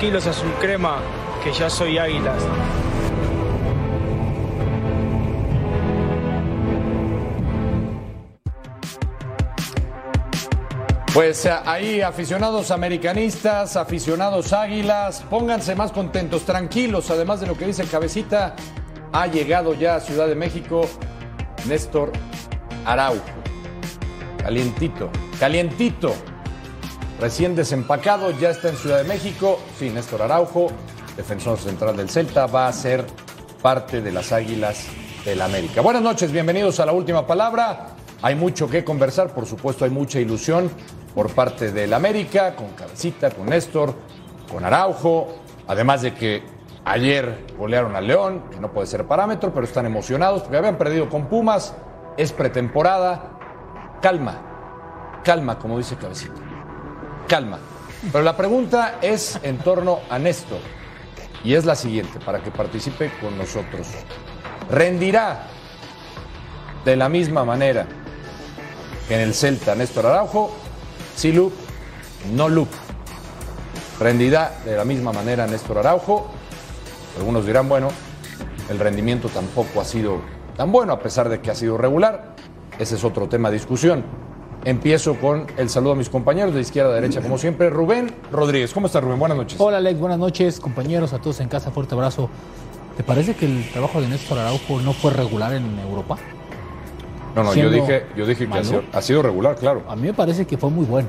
kilos azul crema, que ya soy águilas. Pues ahí, aficionados americanistas, aficionados águilas, pónganse más contentos, tranquilos, además de lo que dice Cabecita, ha llegado ya a Ciudad de México Néstor Araujo. Calientito, calientito, recién desempacado, ya está en Ciudad de México. Sí, Néstor Araujo, defensor central del Celta, va a ser parte de las Águilas del América. Buenas noches, bienvenidos a la última palabra. Hay mucho que conversar, por supuesto, hay mucha ilusión por parte del América, con Cabecita, con Néstor, con Araujo, además de que ayer golearon al León, que no puede ser parámetro, pero están emocionados porque habían perdido con Pumas, es pretemporada, calma, calma, como dice Cabecita calma. Pero la pregunta es en torno a Néstor. Y es la siguiente, para que participe con nosotros. ¿Rendirá de la misma manera que en el Celta Néstor Araujo? Sí, Lup, no Lup. ¿Rendirá de la misma manera Néstor Araujo? Algunos dirán, bueno, el rendimiento tampoco ha sido tan bueno, a pesar de que ha sido regular. Ese es otro tema de discusión. Empiezo con el saludo a mis compañeros de izquierda a derecha, como siempre, Rubén Rodríguez. ¿Cómo estás, Rubén? Buenas noches. Hola, Alex. Buenas noches, compañeros, a todos en casa. Fuerte abrazo. ¿Te parece que el trabajo de Néstor Araujo no fue regular en Europa? No, no, yo dije, yo dije que ha sido, ha sido, regular, claro. A mí me parece que fue muy bueno.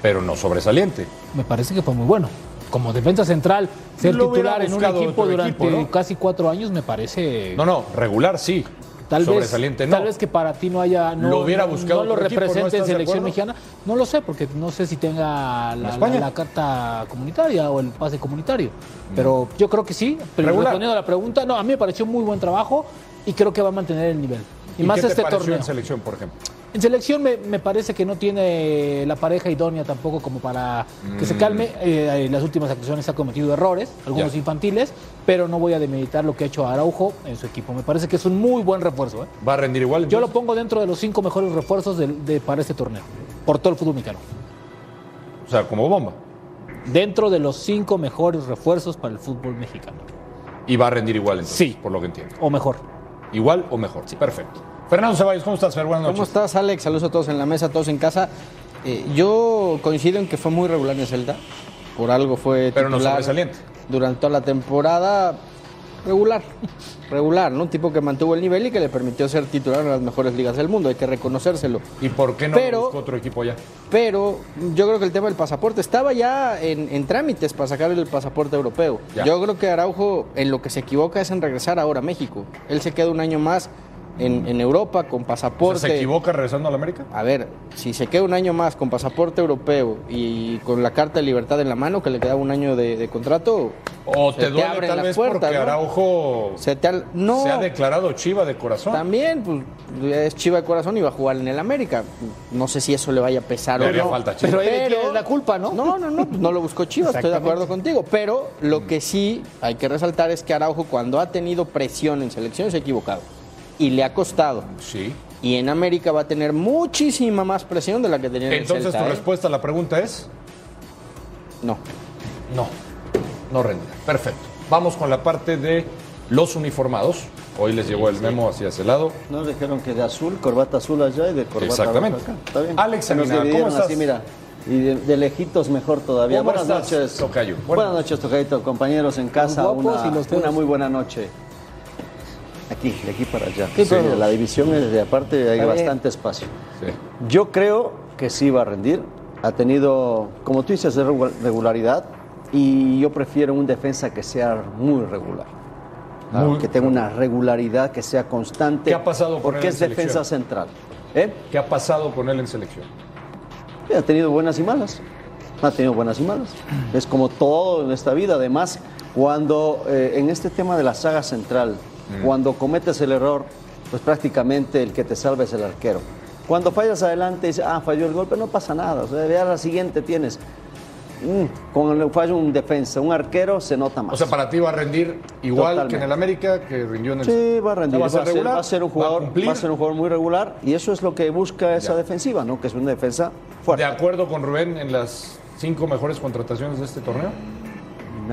Pero no sobresaliente. Me parece que fue muy bueno. Como defensa central, ser Lo titular en un equipo durante equipo, ¿no? casi cuatro años me parece. No, no, regular sí. Tal vez, no. tal vez que para ti no haya no lo, hubiera buscado no, no lo represente en selección mexicana no lo sé porque no sé si tenga la, la, la carta comunitaria o el pase comunitario pero yo creo que sí pero respondiendo a la pregunta no a mí me pareció muy buen trabajo y creo que va a mantener el nivel y, ¿Y más qué este te torneo en selección por ejemplo en selección me, me, parece que no tiene la pareja idónea tampoco como para que mm. se calme. Eh, en las últimas actuaciones ha cometido errores, algunos ya. infantiles, pero no voy a demeditar lo que ha hecho Araujo en su equipo. Me parece que es un muy buen refuerzo. ¿eh? ¿Va a rendir igual? Entonces? Yo lo pongo dentro de los cinco mejores refuerzos de, de, para este torneo, por todo el fútbol mexicano. O sea, como bomba. Dentro de los cinco mejores refuerzos para el fútbol mexicano. ¿Y va a rendir igual entonces, Sí. Por lo que entiendo. O mejor. Igual o mejor. Sí. Perfecto. Fernando Ceballos, ¿cómo estás, Fer? Buenas noches. ¿Cómo estás, Alex? Saludos a todos en la mesa, a todos en casa. Eh, yo coincido en que fue muy regular en Celta. Por algo fue. Pero no sobresaliente. Durante toda la temporada. Regular, regular, ¿no? Un tipo que mantuvo el nivel y que le permitió ser titular en las mejores ligas del mundo, hay que reconocérselo. ¿Y por qué no pero, buscó otro equipo ya? Pero yo creo que el tema del pasaporte estaba ya en, en trámites para sacar el pasaporte europeo. Ya. Yo creo que Araujo en lo que se equivoca es en regresar ahora a México. Él se queda un año más en, en, Europa con pasaporte. ¿Se equivoca regresando a la América? A ver, si se queda un año más con pasaporte europeo y con la carta de libertad en la mano, que le queda un año de, de contrato. O te, duele te tal vez puerta, porque ¿no? Araujo se, te al... no, se ha declarado chiva de corazón. También, pues, es chiva de corazón y va a jugar en el América. No sé si eso le vaya a pesar pero o no. Falta pero, pero es la culpa, ¿no? No, no, no, no lo buscó Chivas, estoy de acuerdo contigo. Pero lo que sí hay que resaltar es que Araujo, cuando ha tenido presión en selección, se ha equivocado y le ha costado. Sí. Y en América va a tener muchísima más presión de la que tenía en Entonces, el Celta, tu ¿eh? respuesta a la pregunta es: No. No. No rendirá. Perfecto. Vamos con la parte de los uniformados. Hoy les sí, llegó el sí. memo hacia ese lado. Nos dijeron que de azul, corbata azul allá y de corbata Exactamente. Acá. Está bien. Alex, Aminá, nos ¿cómo estás? Así, mira. Y de, de, lejitos mejor todavía. ¿Cómo buenas, estás, noches. Tocayo? Buenas. buenas noches, Tocayito. Compañeros en casa, los guapos una, y los una muy buena noche. Aquí, de aquí para allá. Sí, la división es de aparte, hay Está bastante bien. espacio. Sí. Yo creo que sí va a rendir. Ha tenido, como tú dices, regularidad. Y yo prefiero un defensa que sea muy regular. Muy que tenga una regularidad, que sea constante. ¿Qué ha pasado con él Porque en es defensa selección? central. ¿Eh? ¿Qué ha pasado con él en selección? Ha tenido buenas y malas. Ha tenido buenas y malas. Es como todo en esta vida. Además, cuando eh, en este tema de la saga central, cuando cometes el error, pues prácticamente el que te salva es el arquero. Cuando fallas adelante y dices, ah, falló el golpe, no pasa nada. O sea, ya la siguiente tienes. Mm, con el fallo un defensa, un arquero se nota más. O sea, para ti va a rendir igual Totalmente. que en el América, que rindió en el. Sí, va a rendir. O sea, va, a ser, regular, va, a ser, un jugador, va a, va a, ser un jugador muy regular y eso es lo que busca esa ya. defensiva, ¿no? Que es una defensa fuerte. De acuerdo con Rubén en las cinco mejores contrataciones de este torneo.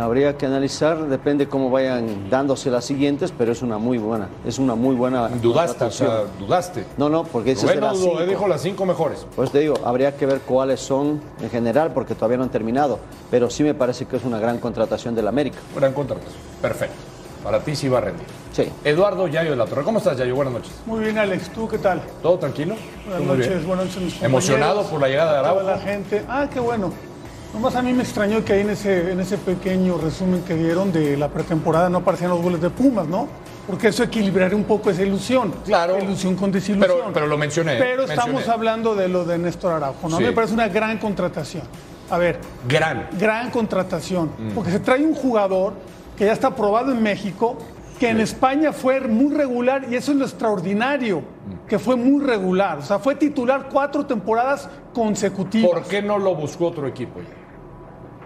Habría que analizar, depende cómo vayan dándose las siguientes, pero es una muy buena, es una muy buena. Dudaste, o sea, contratación. dudaste. No, no, porque dices Rubén de no las dudó, cinco. él dijo las cinco mejores. Pues te digo, habría que ver cuáles son en general, porque todavía no han terminado, pero sí me parece que es una gran contratación del América. Gran contratación. Perfecto. Para ti sí va a rendir. Sí. Eduardo Yayo de la Torre. ¿Cómo estás, Yayo? Buenas noches. Muy bien, Alex. ¿Tú qué tal? ¿Todo tranquilo? Buenas Tú muy bien. noches, buenas noches. a mis compañeros, ¿Emocionado por la llegada de a toda Araujo? la gente. Ah, qué bueno. Nomás a mí me extrañó que ahí en ese, en ese pequeño resumen que dieron de la pretemporada no aparecían los goles de Pumas, ¿no? Porque eso equilibraría un poco esa ilusión. Claro. Ilusión con desilusión. Pero- pero lo mencioné, Pero estamos mencioné. hablando de lo de Néstor Araujo, ¿no? Sí. Me parece una gran contratación. A ver, Gran. gran contratación, Mm. porque se trae un jugador que ya está aprobado en México, que en España fue muy regular y eso es lo extraordinario, Mm. que fue muy regular, o sea, fue titular cuatro temporadas consecutivas. ¿Por qué no lo buscó otro equipo? Yayo?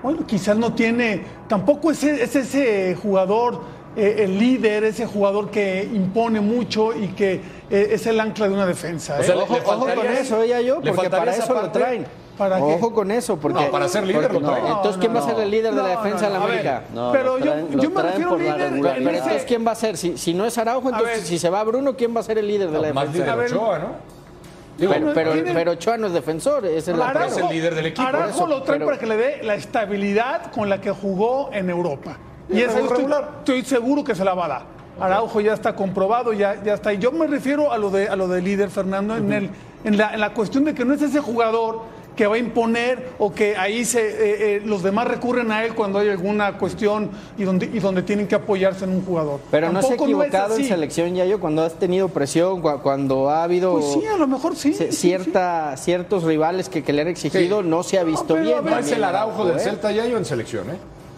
Bueno, quizás no tiene, tampoco es, e- es ese jugador, eh, el líder, ese jugador que impone mucho y que eh, es el ancla de una defensa. O ¿eh? sea, le- Ojo, le ojo con faltaría- eso, ella yo, le porque faltaría para esa eso lo parte. traen. ¿Para qué? ojo con eso, porque. No, para ser líder porque lo traen. Entonces, ¿quién No, va a no, ser el líder de no, la defensa no, de la a ver, América? No, lo pero yo, traen- yo lo me traen refiero por al la líder. regularidad. en Pero ese- entonces, ¿quién va a ser? Si, si no es Araujo, entonces ver. si se va Bruno, ¿quién va a ser el líder de la Más defensa? líder ver. Ochoa, ¿no? Digo, Pero, pero, tiene- pero Ochoa no es defensor, es el Araujo, es el líder del equipo, Araujo eso, lo trae pero- para que le dé la estabilidad con la que jugó en Europa. Y Y esa yo estoy, regular. estoy seguro que se la va a dar. Araujo ya está comprobado, ya, ya está. Y yo me refiero a lo de, a lo de líder, Fernando, en, el, en, la, en la cuestión de que no es ese jugador que va a imponer o que ahí se, eh, eh, los demás recurren a él cuando hay alguna cuestión y donde, y donde tienen que apoyarse en un jugador. Pero no se ha Tampoco es equivocado en así. selección, ya yo, cuando has tenido presión, cua- cuando ha habido Pues sí, a lo mejor sí. c- sí, cierta, ciertos rivales que, que le han exigido, Sí. no se ha visto pero a bien. ver, No también es el Araujo del ¿eh? Celta Yayo en selección, ¿eh?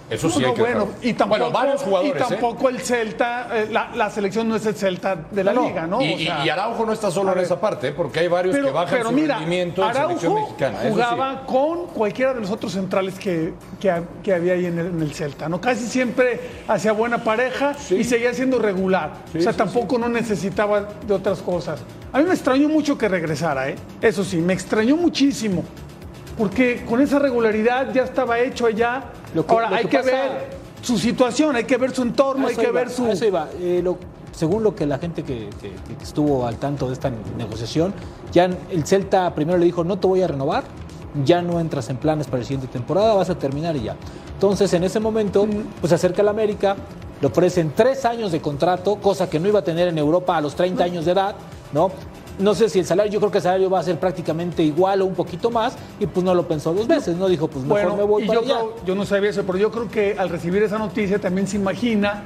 Eso sí No, hay no, que bueno, dejarlo. y tampoco, Bueno, varios jugadores, ¿eh? y tampoco el Celta, eh, la, la selección no es el Celta de la No, liga, ¿no? Y, O y- sea, y Araujo no está solo a en ver. esa parte, ¿eh? porque hay varios que bajan su rendimiento en selección Araujo mexicana. eso sí. jugaba con cualquiera de los otros centrales que, que, ha- que había ahí en el, en el Celta, ¿no? Casi siempre hacía buena pareja y seguía siendo regular. o sea, tampoco no necesitaba de otras cosas. A mí me extrañó mucho que regresara, ¿eh? Eso sí, me extrañó muchísimo. Porque con esa regularidad ya estaba hecho allá. Lo que- Ahora lo hay que que pasa- ver su situación, hay que ver su entorno, A hay eso que iba, ver su... a eso iba. Eh, lo- según lo que la gente que, que- que estuvo al tanto de esta negociación, ya el Celta primero le dijo, no te voy a renovar, ya no entras en planes para la siguiente temporada, vas a terminar y ya. Entonces, en ese momento, Mm. pues se acerca la América, le ofrecen tres años de contrato, cosa que no iba a tener en Europa a los Mm. 30 años de edad, ¿no? No sé si el salario, yo creo que el salario va a ser prácticamente igual o un poquito más, y pues no lo pensó dos veces, ¿no? Dijo, pues mejor Bueno, me voy y para yo, allá. creo- yo no sabía eso, pero yo creo que al recibir esa noticia también se imagina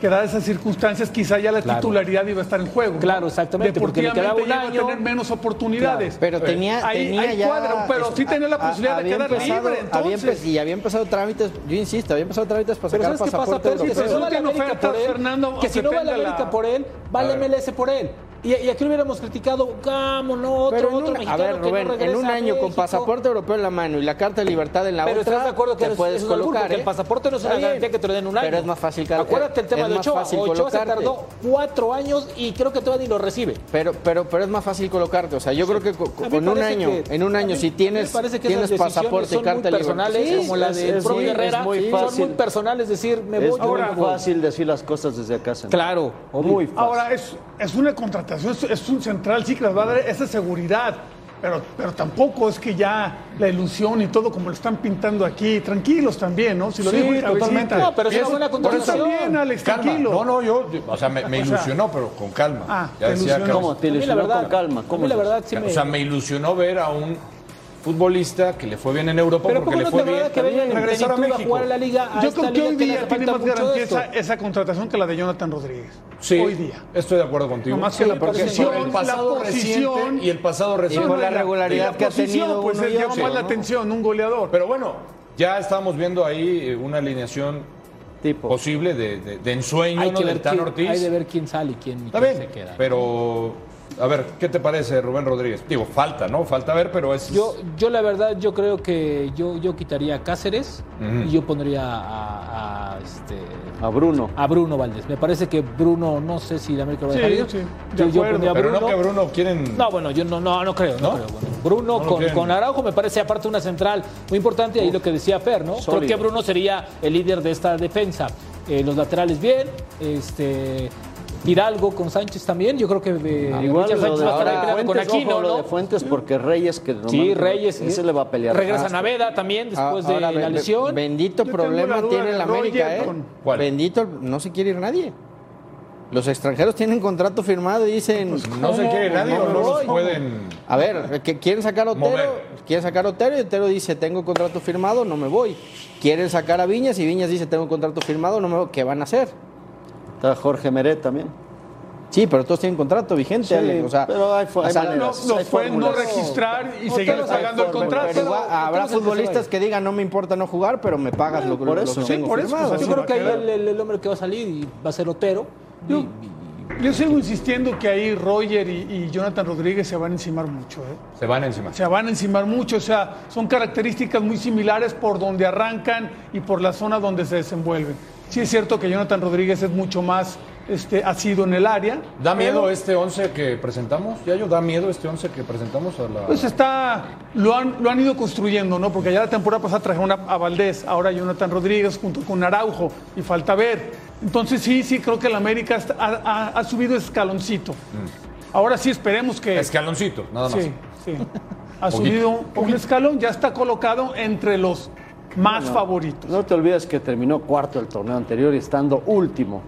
que dadas esas circunstancias quizá ya la Claro. titularidad iba a estar en juego. ¿no? Claro, exactamente, porque le Deportivamente quedaba un iba año. a tener menos oportunidades. Eh, Pero tenía, Ahí- tenía ahí ya- cuadra, pero sí tenía la a- a- posibilidad de había quedar libre, había entonces. empe- y había empezado trámites, yo insisto, había empezado trámites para Pero sacar ¿sabes qué pasa, pasaporte Pedro? Que europeo. si no va la Surgen América ofertas, por él, Fernando, que si no va la depende de la- América por él, va la ver. MLS por él. Y, y aquí lo hubiéramos criticado, cómo no, otro, Pero en otro un- a mexicano que ver, no Rubén, en regresa un a año con México". pasaporte europeo en la mano y la carta de libertad en la Pero otra, estás de acuerdo que te eres- es puedes un albur, colocar, porque ¿eh? el pasaporte no es Está una bien, garantía que te lo den un año. Pero es más fácil que- Acuérdate el tema es de más Ochoa. fácil Ochoa se colocarte. tardó cuatro años y creo que todavía ni lo recibe. Pero, pero, pero es más fácil colocarte. O sea, yo creo que co- A mí con, me un parece año, que- en un a año, mí- si tienes, me parece que esas tienes decisiones pasaporte, son carta muy libre. personales, Sí, como la es- del es propio muy- Herrera, es son muy fácil. muy personales decir, me Es voy, yo muy me voy. fácil decir las cosas desde acá. señor. Claro, obvio. muy fácil. Ahora, es, es una contratación, es, es un central, sí que les va a dar esa seguridad, pero, pero tampoco es que ya la ilusión y todo como lo están pintando aquí, tranquilos también, ¿no? Si lo Sí, dijo el Cabecita. totalmente. No, pero es una Pienso- buena Por eso contratación. también, Alex, Calma. tranquilo. No, no, yo, yo- o sea, me, me O sea- ilusionó, pero con calma. Ah, Ya te decía ilusionó. ¿Cómo? Carlos. Te A mí la ilusionó verdad, con calma. a ¿Cómo mí la es eso? verdad sí me... O sea, me ilusionó ver a un futbolista que le fue bien en Europa Pero porque ¿cómo le no fue te bien agrada que venga en regresar a plenitud a México. jugar a la liga? a Yo esta creo que liga hoy le día hace tiene falta más mucho de garantía esto? esa, esa contratación que la de Jonathan Rodríguez. Sí, Hoy día. estoy de acuerdo contigo. Nomás que la porque posición, por el pasado la reciente posición. y el pasado Y reciente. con la Y la- regularidad y la que ha posición, tenido Pues uno él y llama otro, más la ¿no? atención, un goleador. Pero bueno, ya estábamos viendo ahí eh, una alineación Tipo. posible de, de- de ensueño Hay ¿no? que del ver Tan quién- Ortiz. hay de ver quién sale y quién, y Está quién bien, se queda. pero a ver, ¿qué te parece Rubén Rodríguez? Digo, falta, ¿no? Falta ver, pero es... Yo, yo la verdad, yo creo que yo, yo quitaría a Cáceres y yo pondría a, a, este, A Bruno. a Bruno Valdés. Me parece que Bruno, no sé si la América lo va a Sí, dejar ir. sí, de Yo- yo acuerdo. pondría a pero Bruno. no que Bruno quieren... No, bueno, yo no, no, no creo, no, ¿No? creo, bueno. Bruno No lo con, tienen. con Araujo me parece aparte una central muy importante, ahí lo que decía Fer, ¿no? sólido. Creo que Bruno sería el líder de esta defensa. Eh, los laterales bien, este Hidalgo con Sánchez también, yo creo que eh, Igual Richard lo Sánchez de, va a estar ahí ahora, peleando con Fuentes, Aquino, ojo, lo ¿no? de Fuentes, porque Reyes, que Sí, normalmente- Reyes. Ese le va a pelear. Regresa Ah, Naveda también después Ahora, de be- la be- lesión. Bendito Yo tengo la problema duda tiene de el América, ¿eh? Rogerton. ¿Cuál? Bendito, no se quiere ir nadie. Los extranjeros tienen contrato firmado y dicen. No se quiere nadie No o me no los voy. pueden. A ver, que quieren sacar a Otero, Mover. quieren sacar a Otero y Otero dice, tengo contrato firmado, no me voy. Quieren sacar a Viñas y Viñas dice, tengo contrato firmado, no me voy. ¿Qué van a hacer? Está Jorge Meret también. Sí, pero todos tienen contrato vigente, Sí, Alex, O sea, pero hay fo- hay o sea, maneras. no- Nos, nos Hay pueden no fórmulas. registrar y no seguir todos hay pagando el forma, pero igual contrato. habrá todos hay que futbolistas se que digan, no me importa no jugar, pero me pagas lo, por lo- lo eso. que Sí, tengo por eso, firmado". pues, Yo así creo va que a ahí quedar. el, el- el hombre que va a salir y va a ser Otero. Yo, yo sigo insistiendo que ahí Roger y, y Jonathan Rodríguez se van a encimar mucho. ¿eh? Se van encima. Se van a encimar mucho, o sea, son características muy similares por donde arrancan y por la zona donde se desenvuelven. Sí es cierto que Jonathan Rodríguez es mucho más este, asido en el área. ¿Da miedo pero, este 11 que presentamos? Yayo, ¿da miedo este 11 que presentamos a la. Pues está, lo han, lo han ido construyendo, ¿no? Porque ya la temporada pasada trajeron a, a Valdés, ahora Jonathan Rodríguez junto con Araujo y falta ver. Entonces sí, sí, creo que el América está- ha, ha- ha subido escaloncito. Ahora sí esperemos que... Escaloncito, nada más. Sí, sí. Ha subido un escalón, ya está colocado entre los más favoritos. No te olvides que terminó cuarto el torneo anterior y estando último.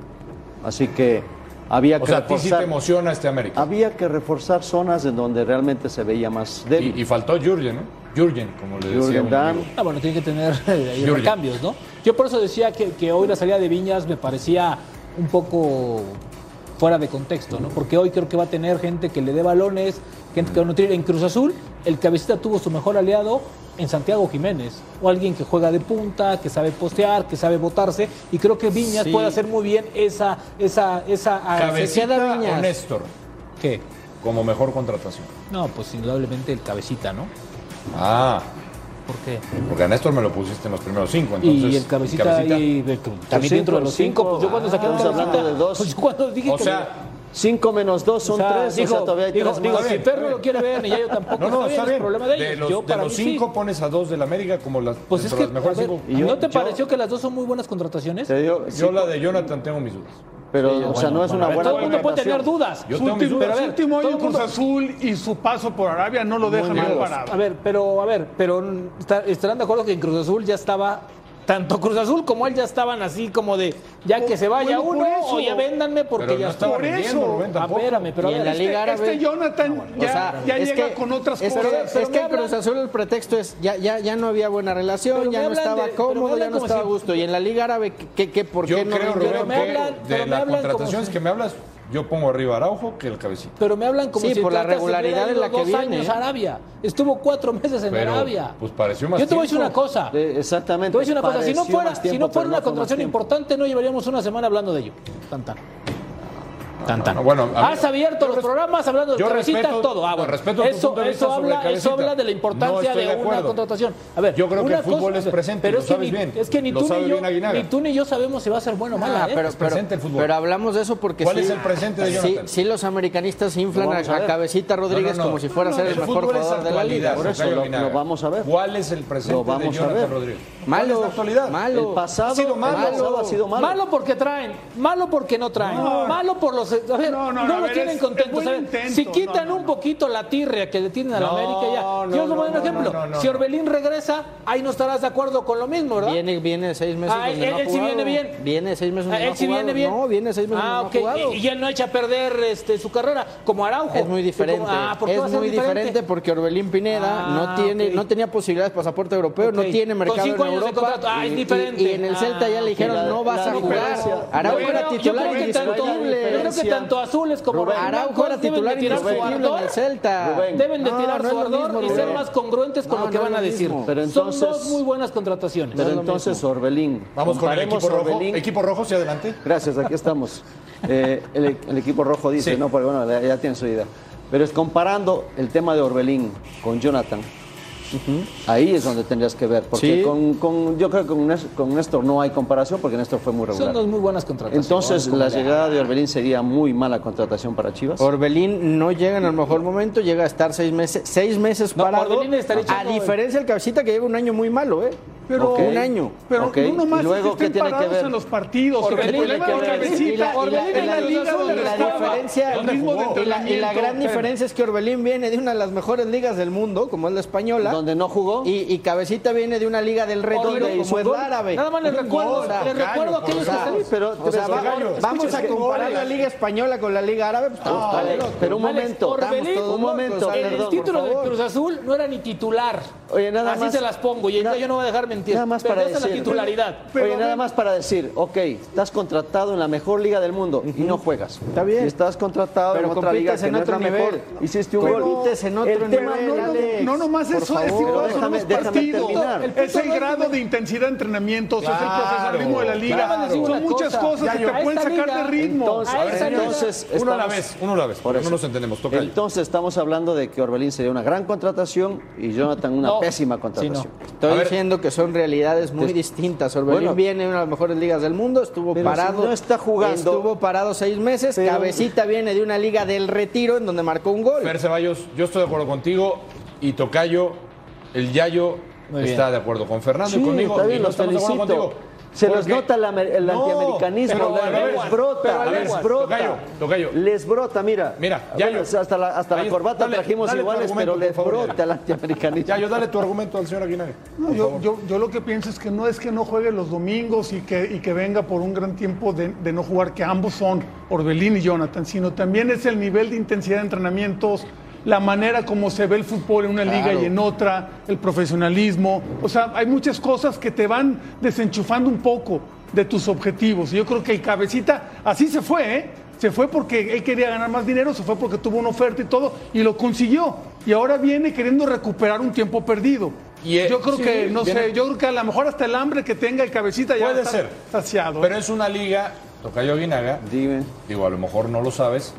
Así que había que O sea, a ti sí te reforzar. emociona este América. había que reforzar zonas en donde realmente se veía más débil. Y, y faltó Jurgen, ¿no? Jurgen, como le decía. Jürgen un Damm. amigo. Ah, bueno, tiene que tener eh, ahí Jürgen. recambios, ¿no? Yo por eso decía que, que hoy la salida de Viñas me parecía un poco fuera de contexto, ¿no? Porque hoy creo que va a tener gente que le dé balones, gente que va a nutrir. En Cruz Azul, el cabecita tuvo su mejor aliado en Santiago Jiménez, o alguien que juega de punta, que sabe postear, que sabe botarse, y creo que Viñas Sí. puede hacer muy bien esa, esa, esa... ah, Cabecita Viñas. o Néstor, ¿Qué? como mejor contratación. No, pues indudablemente el cabecita, ¿no? Ah, ¿Por qué? porque a Néstor me lo pusiste en los primeros cinco, entonces. Y el cabecita, ahí, de- también cinco, dentro de los cinco. cinco. pues yo cuando saqué el Estamos hablando cabecita, de dos. Pues cuando dije O que sea, 5 menos 2 son 3, o sea, todavía hay digo, tres digo, más. si Fer no lo quiere ver, ni yo tampoco, No, no, está es bien. problema de ellos. De los, yo de para los mí cinco sí. pones a dos del América como las, Pues es dentro que, de las mejores a ver, cinco. Y yo- ¿no te yo- pareció que las dos son muy buenas contrataciones? Te digo, sí, Yo la de Jonathan tengo mis dudas. pero, o sea, no es una buena Todo el mundo puede contratación. tener dudas. Yo Su tengo mis último, dudas. su ver, último año todo en el Cruz mundo- Azul y su paso por Arabia no lo deja mal parado. A ver, pero, a ver, pero mm, está- estarán de acuerdo que en Cruz Azul ya estaba. Tanto Cruz Azul como él ya estaban así como de ya que se vaya Bueno, por uno eso. o ya véndanme porque Pero ya no estuvo. estaba Por rindiendo, eso. Rubén, Ah, tampoco. espérame, pero a Y en ver, la este- Liga Árabe. Este Jonathan ya, ya es llega que- con otras es que- cosas. es pero que me en Cruz hablan- Azul el pretexto es ya, ya, ya no había buena Pero relación, me ya no hablan estaba de- pero me cómodo, ya hablan no como estaba a si- gusto. Y en la Liga Árabe, ¿qué- ¿qué, qué, por Yo qué no? creo, rindió? Rubén, me que hablan- de pero me las hablan como contrataciones si- que me hablas, yo pongo arriba a Araujo que el cabecita. Pero me hablan como Sí, si por la Tata se hubiera regularidad en ido la que dos viene, años ¿eh? a Arabia. Estuvo cuatro meses en Pero, Arabia. pues, pareció más Yo te voy a decir tiempo. una cosa. Eh, exactamente, Te voy a decir una cosa. Si no pareció fuera, más si tiempo, no fuera pero una no fue más contratación tiempo. importante, no llevaríamos una semana hablando de ello. Tan tan. Tan, tan. no, Ah, bueno, a mí- Has abierto los programas hablando de yo cabecita, respeto- todo. Ah, no, bueno. respeto tu eso, punto de vista eso, sobre habla, Cabecita. eso habla de la No importancia estoy de, de una acuerdo. contratación. A ver, Yo creo que una el fútbol cosa- es presente, Pero lo es que sabes ni- bien. Es que ni Lo tú sabe ni yo, bien Aguinaga. ni tú ni yo sabemos si va a ser bueno o malo. Ah, ¿eh? pero, Es pero- presente el fútbol. pero hablamos de eso porque ¿Cuál sí, es el presente de sí, Jonathan? sí los americanistas inflan Lo a, vamos a a ver. Cabecita Rodríguez No, no, no. como si fuera a ser el, mejor fútbol es jugador de la liga. actualidad, Por eso Tocayo lo- Aguinaga. lo vamos a ver. ¿Cuál es el presente Lo vamos de a Jonathan ver. Rodríguez? ¿Cuál es Malo, la actualidad? malo. El pasado, Ha sido malo. el pasado ha sido malo. malo. porque traen, malo porque no traen, malo por los. A ver, No, no, no, a lo ver, tienen es- contentos. es buen a ver, intento, si quitan no, no, un poquito la tirria que le tienen a la No, América ya. no, Yo os no, voy a dar un no, ejemplo. no, no, no. si Orbelín regresa, ahí no estarás de acuerdo con lo mismo, ¿verdad? Viene, viene de seis meses. Ah, donde él, no ha él sí jugado. viene bien. Viene de seis meses. Ah, donde él no ha sí viene jugado. bien. No, viene de seis meses. Ah, donde ok. no ha jugado. Y, y él no echa a perder este, su carrera, como Araujo. Es muy diferente. Como- ah, ¿por qué va a es ser muy diferente? porque Orbelín Pineda Ah, no tiene ok. no tenía posibilidades de pasaporte europeo, Ok. no tiene Con mercado cinco en años de Europa. contrato. Ah, es y- y- diferente. Y, en el Celta ya Ah, le dijeron, ok. no vas La a jugar. diferencia- Araujo Yo era creo- yo titular creo que tanto, indiscutible. yo creo que tanto azules como Rubén. Araujo blancos era deben de titular tirar su indiscutible en ardor. el Celta. Rubén. Deben de No, tirar no es su lo ardor mismo, y Rubén. ser más congruentes con No, lo que no es van lo a decir. mismo. Pero Son entonces- dos muy buenas contrataciones. Pero entonces, Orbelín. Vamos con el comparemos equipo rojo. Orbelín- Equipo rojo hacia adelante. Gracias, aquí estamos. Eh, el, el equipo rojo dice, Sí. no, pero bueno, ya, ya tiene su idea. Pero es comparando el tema de Orbelín con Jonathan, Ahí es donde tendrías que ver. Porque Sí. con, con- yo creo que con Néstor, con Néstor no hay comparación porque Néstor fue muy Son regular. dos muy buenas contrataciones. Entonces, como la de- llegada de Orbelín sería muy mala contratación para Chivas. Orbelín no llega en el mejor momento, llega a estar seis meses, seis meses No, parado. Orbelín estaría a echando- diferencia del cabecita que lleva un año muy malo, ¿eh? Pero- Ok. un año. Pero Ok, uno más ¿y luego es que qué estén tiene que parados ver? en los partidos. Orbelín el problema tiene de que ver. Y la, cabecita y la- es la y la- liga donde y la estaba. diferencia El ritmo de y la, y la entrenamiento, gran pero- diferencia es que Orbelín viene de una de las mejores ligas del mundo, como es la española, Donde no jugó. y, y Cabecita viene de una liga del reto, Orbelín como hizo es gol. la árabe. Nada más les recuerdo, O sea, les gallo, recuerdo por aquellos que Dios. están- Sí, pero- O sea, pero- va- Gallo, vamos escucha, a es que- comparar la liga española con la liga árabe. pues, estamos todos Alex, locos. pero un Alex, momento, Orbelín, un momento, el, Alex, el por título del favor. Cruz Azul no era ni titular. Oye, nada Así más- se las pongo y na- yo no voy a dejar mentir. Nada más para Perdés en decir. la titularidad. Pero, Oye, a nada ver. más para decir, ok, estás contratado en la mejor liga del mundo y no juegas. Está bien. Y estás contratado Pero en otra liga compites que en no es otro la mejor. nivel. Hiciste un Pero- gol. Compites en otro El tema nivel, no- No, no, Alex, no, no más por eso, es favor. igual, son Déjame- los déjame partidos. terminar. El Es punto el no es grado que- de intensidad de entrenamientos, es el Claro, profesionalismo de la liga. claro. Son Una muchas cosa, cosas que Gallo, te a pueden esta sacar liga- de ritmo. Entonces, A esa liga- entonces Uno a la estamos- vez, uno a la vez, Por porque eso. no nos entendemos. Toca. Entonces estamos hablando de que Orbelín sería una gran contratación y Jonathan una No. pésima Sí, contratación. A Estoy ver. diciendo que son realidades muy Des- distintas. Orbelín Bueno. viene de una de las mejores ligas del mundo, estuvo Pero si parado. no está jugando. Estuvo parado seis meses. Pero- Cabecita viene de una liga del retiro en donde marcó un gol. Fer Ceballos, yo estoy de acuerdo contigo y Tocayo, el Yayo Muy bien. está de acuerdo con Fernando y Sí, conmigo. está y bien, no los estamos de acuerdo felicito. contigo. Se les Porque- nota el, amer- el No, antiamericanismo, pero a les, leguas, brota, pero a les leguas. brota. Tocayo, tocayo. Les brota, mira. Mira, Bueno, Yayo. hasta la, hasta la Yayo, corbata dale, trajimos dale tu iguales, argumento, pero les por favor, brota Yayo. el antiamericanismo. Yayo, dale tu argumento al señor Aguinaga. No, yo, yo, yo lo que pienso es que no es que no juegue los domingos y que, y que venga por un gran tiempo de, de no jugar, que ambos son Orbelín y Jonathan, sino también es el nivel de intensidad de entrenamientos, la manera como se ve el fútbol en una liga y en otra, el profesionalismo. O sea, hay muchas cosas que te van desenchufando un poco de tus objetivos. Y yo creo que el cabecita así se fue, ¿eh? Se fue porque él quería ganar más dinero, se fue porque tuvo una oferta y todo, y lo consiguió. Y ahora viene queriendo recuperar un tiempo perdido. Y, eh, yo creo sí, que, no viene- sé, yo creo que a lo mejor hasta el hambre que tenga el cabecita ya Puede está ser. saciado. ¿eh? Pero es una liga, Tocayo Aguinaga, Dime. digo, a lo mejor no lo sabes,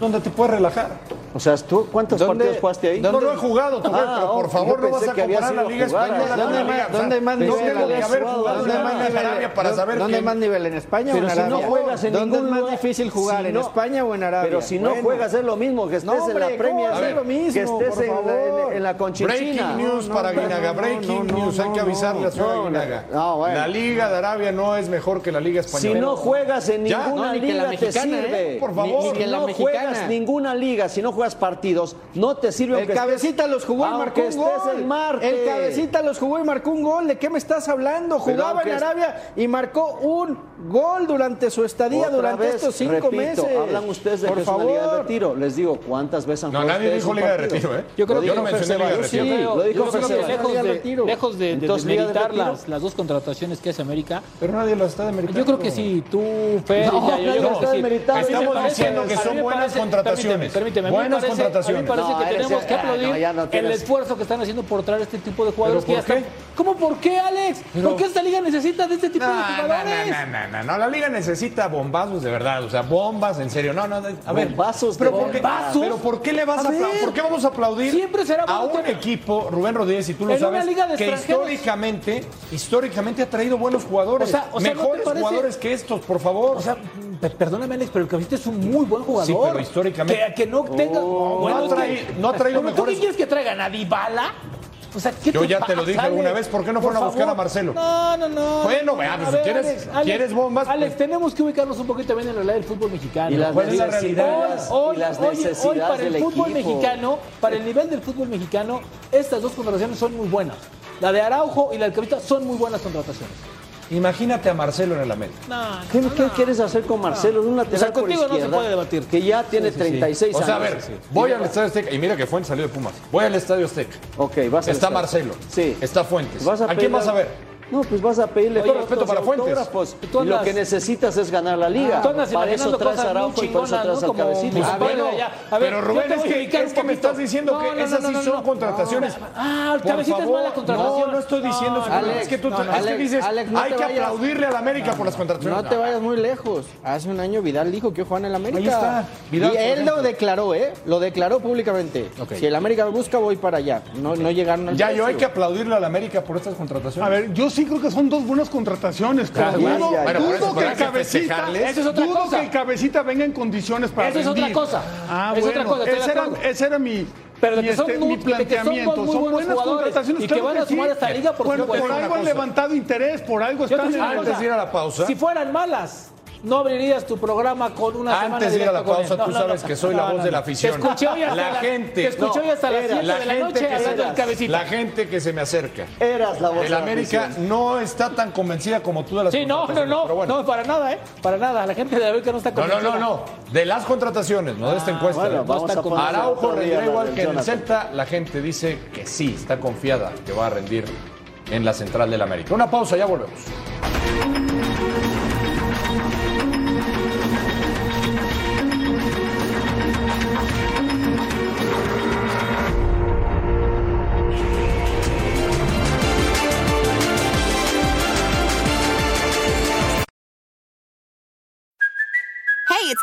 donde te puedes relajar. O sea, ¿tú cuántos ¿Dónde- partidos jugaste ahí? No lo he jugado, Tocayo, Ah, pero por ok, favor yo no vas pensé a que había comparar la sido Liga jugar. Española con ¿Dónde la hay más- Liga. o sea, dónde hay más no nivel? tengo que haber ¿Dónde jugado en hay la más Liga de nivel? Arabia para ¿Dó- saber ¿Dónde hay que más nivel? ¿En España Pero o en si no Arabia? juegas en ¿Dónde ningún es más lugar- difícil jugar? si ¿En no- España o en Arabia? Pero si Bueno. no juegas es lo mismo que estés No, en la hombre, ¿cómo Premier, va a ser lo mismo? que estés Por en, la, favor. en, en la Conchinchina. Breaking news no, para no, Aguinaga, no, breaking no, no, news, hay que no, avisarle a no, señor no, Aguinaga. no, bueno. La Liga de Arabia no es mejor que la Liga Si Española. no juegas en Ya, ninguna no, ni que la liga mexicana, te sirve. ¿eh? Por favor. Ni- ni que la mexicana. no juegas ninguna liga, si no juegas partidos, no te sirve El aunque estés- cabecita los jugó y marcó aunque un gol. estés en Marte. El cabecita los jugó y marcó un gol. ¿De qué me estás hablando? Jugaba aunque en es- Arabia y marcó un gol durante su estadía Otra durante vez, estos cinco repito, meses. Hablan ustedes de Por que favor. es una liga de retiro. Les digo, ¿cuántas veces han Pues No, jugado nadie ustedes dijo un liga de partido? retiro, ¿eh? Yo creo Yo que- no mencioné liga de Yo sí, retiro. lo dijo Yo creo que Fernando. lejos Liga de de, retiro. lejos de- de Entonces, Liga de demeritar retiro. las, las dos contrataciones que hace América, Pero nadie lo está demeritando. yo creo que sí, tú, Fer, No, ya, yo, no, yo creo no, que sí. está A mí me Estamos diciendo que a mí son me buenas contrataciones. Permíteme, permíteme. A mí me Buenas parece- contrataciones. A mí me parece No, que eres- tenemos que ah, no, aplaudir ya no el tienes- esfuerzo que están haciendo por traer este tipo de jugadores. ¿Pero que por ya están- ¿Cómo por qué, Alex? ¿Por qué esta liga necesita de este tipo No, de no, jugadores? no, no, no, no, la liga necesita bombazos de verdad, o sea, bombas en serio. No, no, no, a ver. Bombazos de pero ¿por qué, bombazos. Pero ¿por qué le vas A a, apla- ver. ¿Por qué vamos a aplaudir Siempre será a bueno un que- equipo, Rubén Rodríguez, y tú lo En una sabes, liga de que extranjeros. históricamente, históricamente ha traído buenos jugadores, O sea, o sea, ¿no te mejores parece- jugadores que estos, por favor. O sea, pe- perdóname, Alex, pero el Cabecita es un muy buen jugador. Sí, pero históricamente- Oh, Que, que no tenga. no ha es que- traí- no ha traído Pero ¿Tú mejores- qué quieres que traigan? ¿A Dybala? O sea, ¿qué Yo ya te pasa, lo dije alguna vez, ¿por qué no fueron a buscar favor. a Marcelo? No, no, no. Bueno, no, vea, pues, a si quieres- quieres bombas, Alex, pues- tenemos que ubicarnos un poquito también en la realidad del fútbol mexicano. Y las ¿Cuál es la necesidades, Hoy, hoy, y las hoy- hoy necesidades para del el fútbol equipo. mexicano, para el nivel del fútbol mexicano, estas dos contrataciones son muy buenas. La de Araujo y la del Cabecita son muy buenas contrataciones. Imagínate a Marcelo en el América. ¿Qué, qué quieres hacer con Marcelo? Es un lateral O sea, por contigo no se izquierda puede debatir. Que ya tiene 36 O sea, a años. ver, voy al Estadio Azteca, y mira que Fuentes salió de Pumas, voy al Estadio Azteca, Ok, vas a está estar. Marcelo, Sí. está Fuentes, Vas a ¿a quién pedir- vas a ver? No, pues vas a pedirle Con todo fotos respeto y para Fuentes. autógrafos. Tú Y lo andas- que necesitas es ganar la liga. Tú andas para eso imaginando traes cosas a muy Araujo y por eso chingonas, traes ¿no? al Como cabecito. Pues, Ah, padre, bueno, ya. A ver, pero yo Rubén, te es voy a que, ubicar es un que me poquito. estás diciendo No, que no, no, esas no, sí no, son no. contrataciones. No, ah, Por Cabecita es favor. mala contratación. No, no estoy diciendo. No, eso. no, Alex, no. es que tú No, es que Alex, dices, Alex, no hay te que vayas. aplaudirle a la América por las contrataciones. No te vayas muy lejos. Hace un año Vidal dijo que Juan en el América. Ahí está. Vidal, y por él ejemplo. lo declaró, ¿eh? Lo declaró públicamente. Ok. Si el América lo busca, voy para allá. No, no llegaron al Ya, yo hay que precio. aplaudirle a la América por estas contrataciones. A ver, yo sí creo que son dos buenas contrataciones, pero Claro, dudo, ya, ya, ya. dudo Bueno, por eso, que para el cabecita, festejarles. Eso es otra dudo cosa. que el cabecita venga en condiciones para Eso es otra rendir. cosa. Ah, Es bueno, otra cosa, estoy de ese, era, acuerdo. ese era mi, Pero de mi, que son muy- mi de que son planteamiento. muy buenos buenas jugadores contrataciones y que claro van a sumar sí. a esta liga, por bueno, supuesto. por Una algo han cosa. levantado interés, por algo Yo te voy están a decir una en- Antes cosa. de ir a la pausa. Si fueran malas, no abrirías tu programa con una semana Antes de ir a la directa con pausa, él. No, tú no, sabes no. que soy la No, voz no, de no. la afición. Te escuché hoy hasta la gente. Te escuché no, hoy hasta las era 7 de la gente noche que hablando se- del cabecita. La gente que se me acerca. Eras la voz El de la América afición. no está tan convencida como tú de las Sí, no, no, contrataciones, no, pero bueno. no, para nada, ¿eh? Para nada, la gente de América no está No, no, no, convencida. no. De las contrataciones, no de esta encuesta. Ah, Bueno, ¿eh? vamos está a con- poner Araujo otro día rendirá la igual del que en el Jonathan. Celta. La gente dice que sí, está confiada que va a rendir en la central del América. Una pausa, ya volvemos. Hey, it's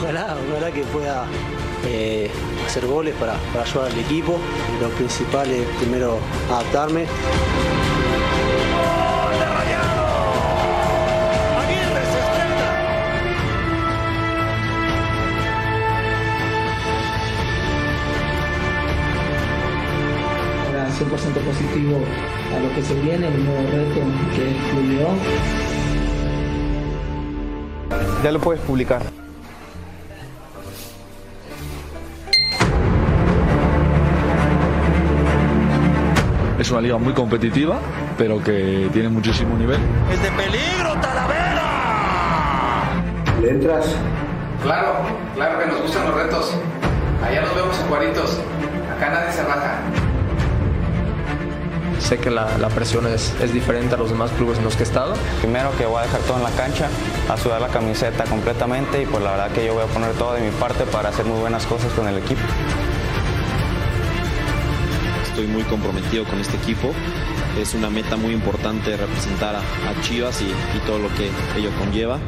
Ojalá, ojalá que pueda eh, hacer goles para, para ayudar al equipo. Lo principal es primero adaptarme. ahora 100% positivo a lo que se viene, el nuevo reto que es Club León. Ya lo puedes publicar. Es una liga muy competitiva, pero que tiene muchísimo nivel. ¡Es de peligro, Talavera! ¿Le entras? Claro, claro que nos gustan los retos. Allá nos vemos en cuaritos. Acá nadie se raja. Sé que la, la presión es, es diferente a los demás clubes en los que he estado. Primero que voy a dejar todo en la cancha, a sudar la camiseta completamente y pues la verdad que yo voy a poner todo de mi parte para hacer muy buenas cosas con el equipo. Estoy muy comprometido con este equipo. Es una meta muy importante representar a, a Chivas y, y todo lo que ello conlleva.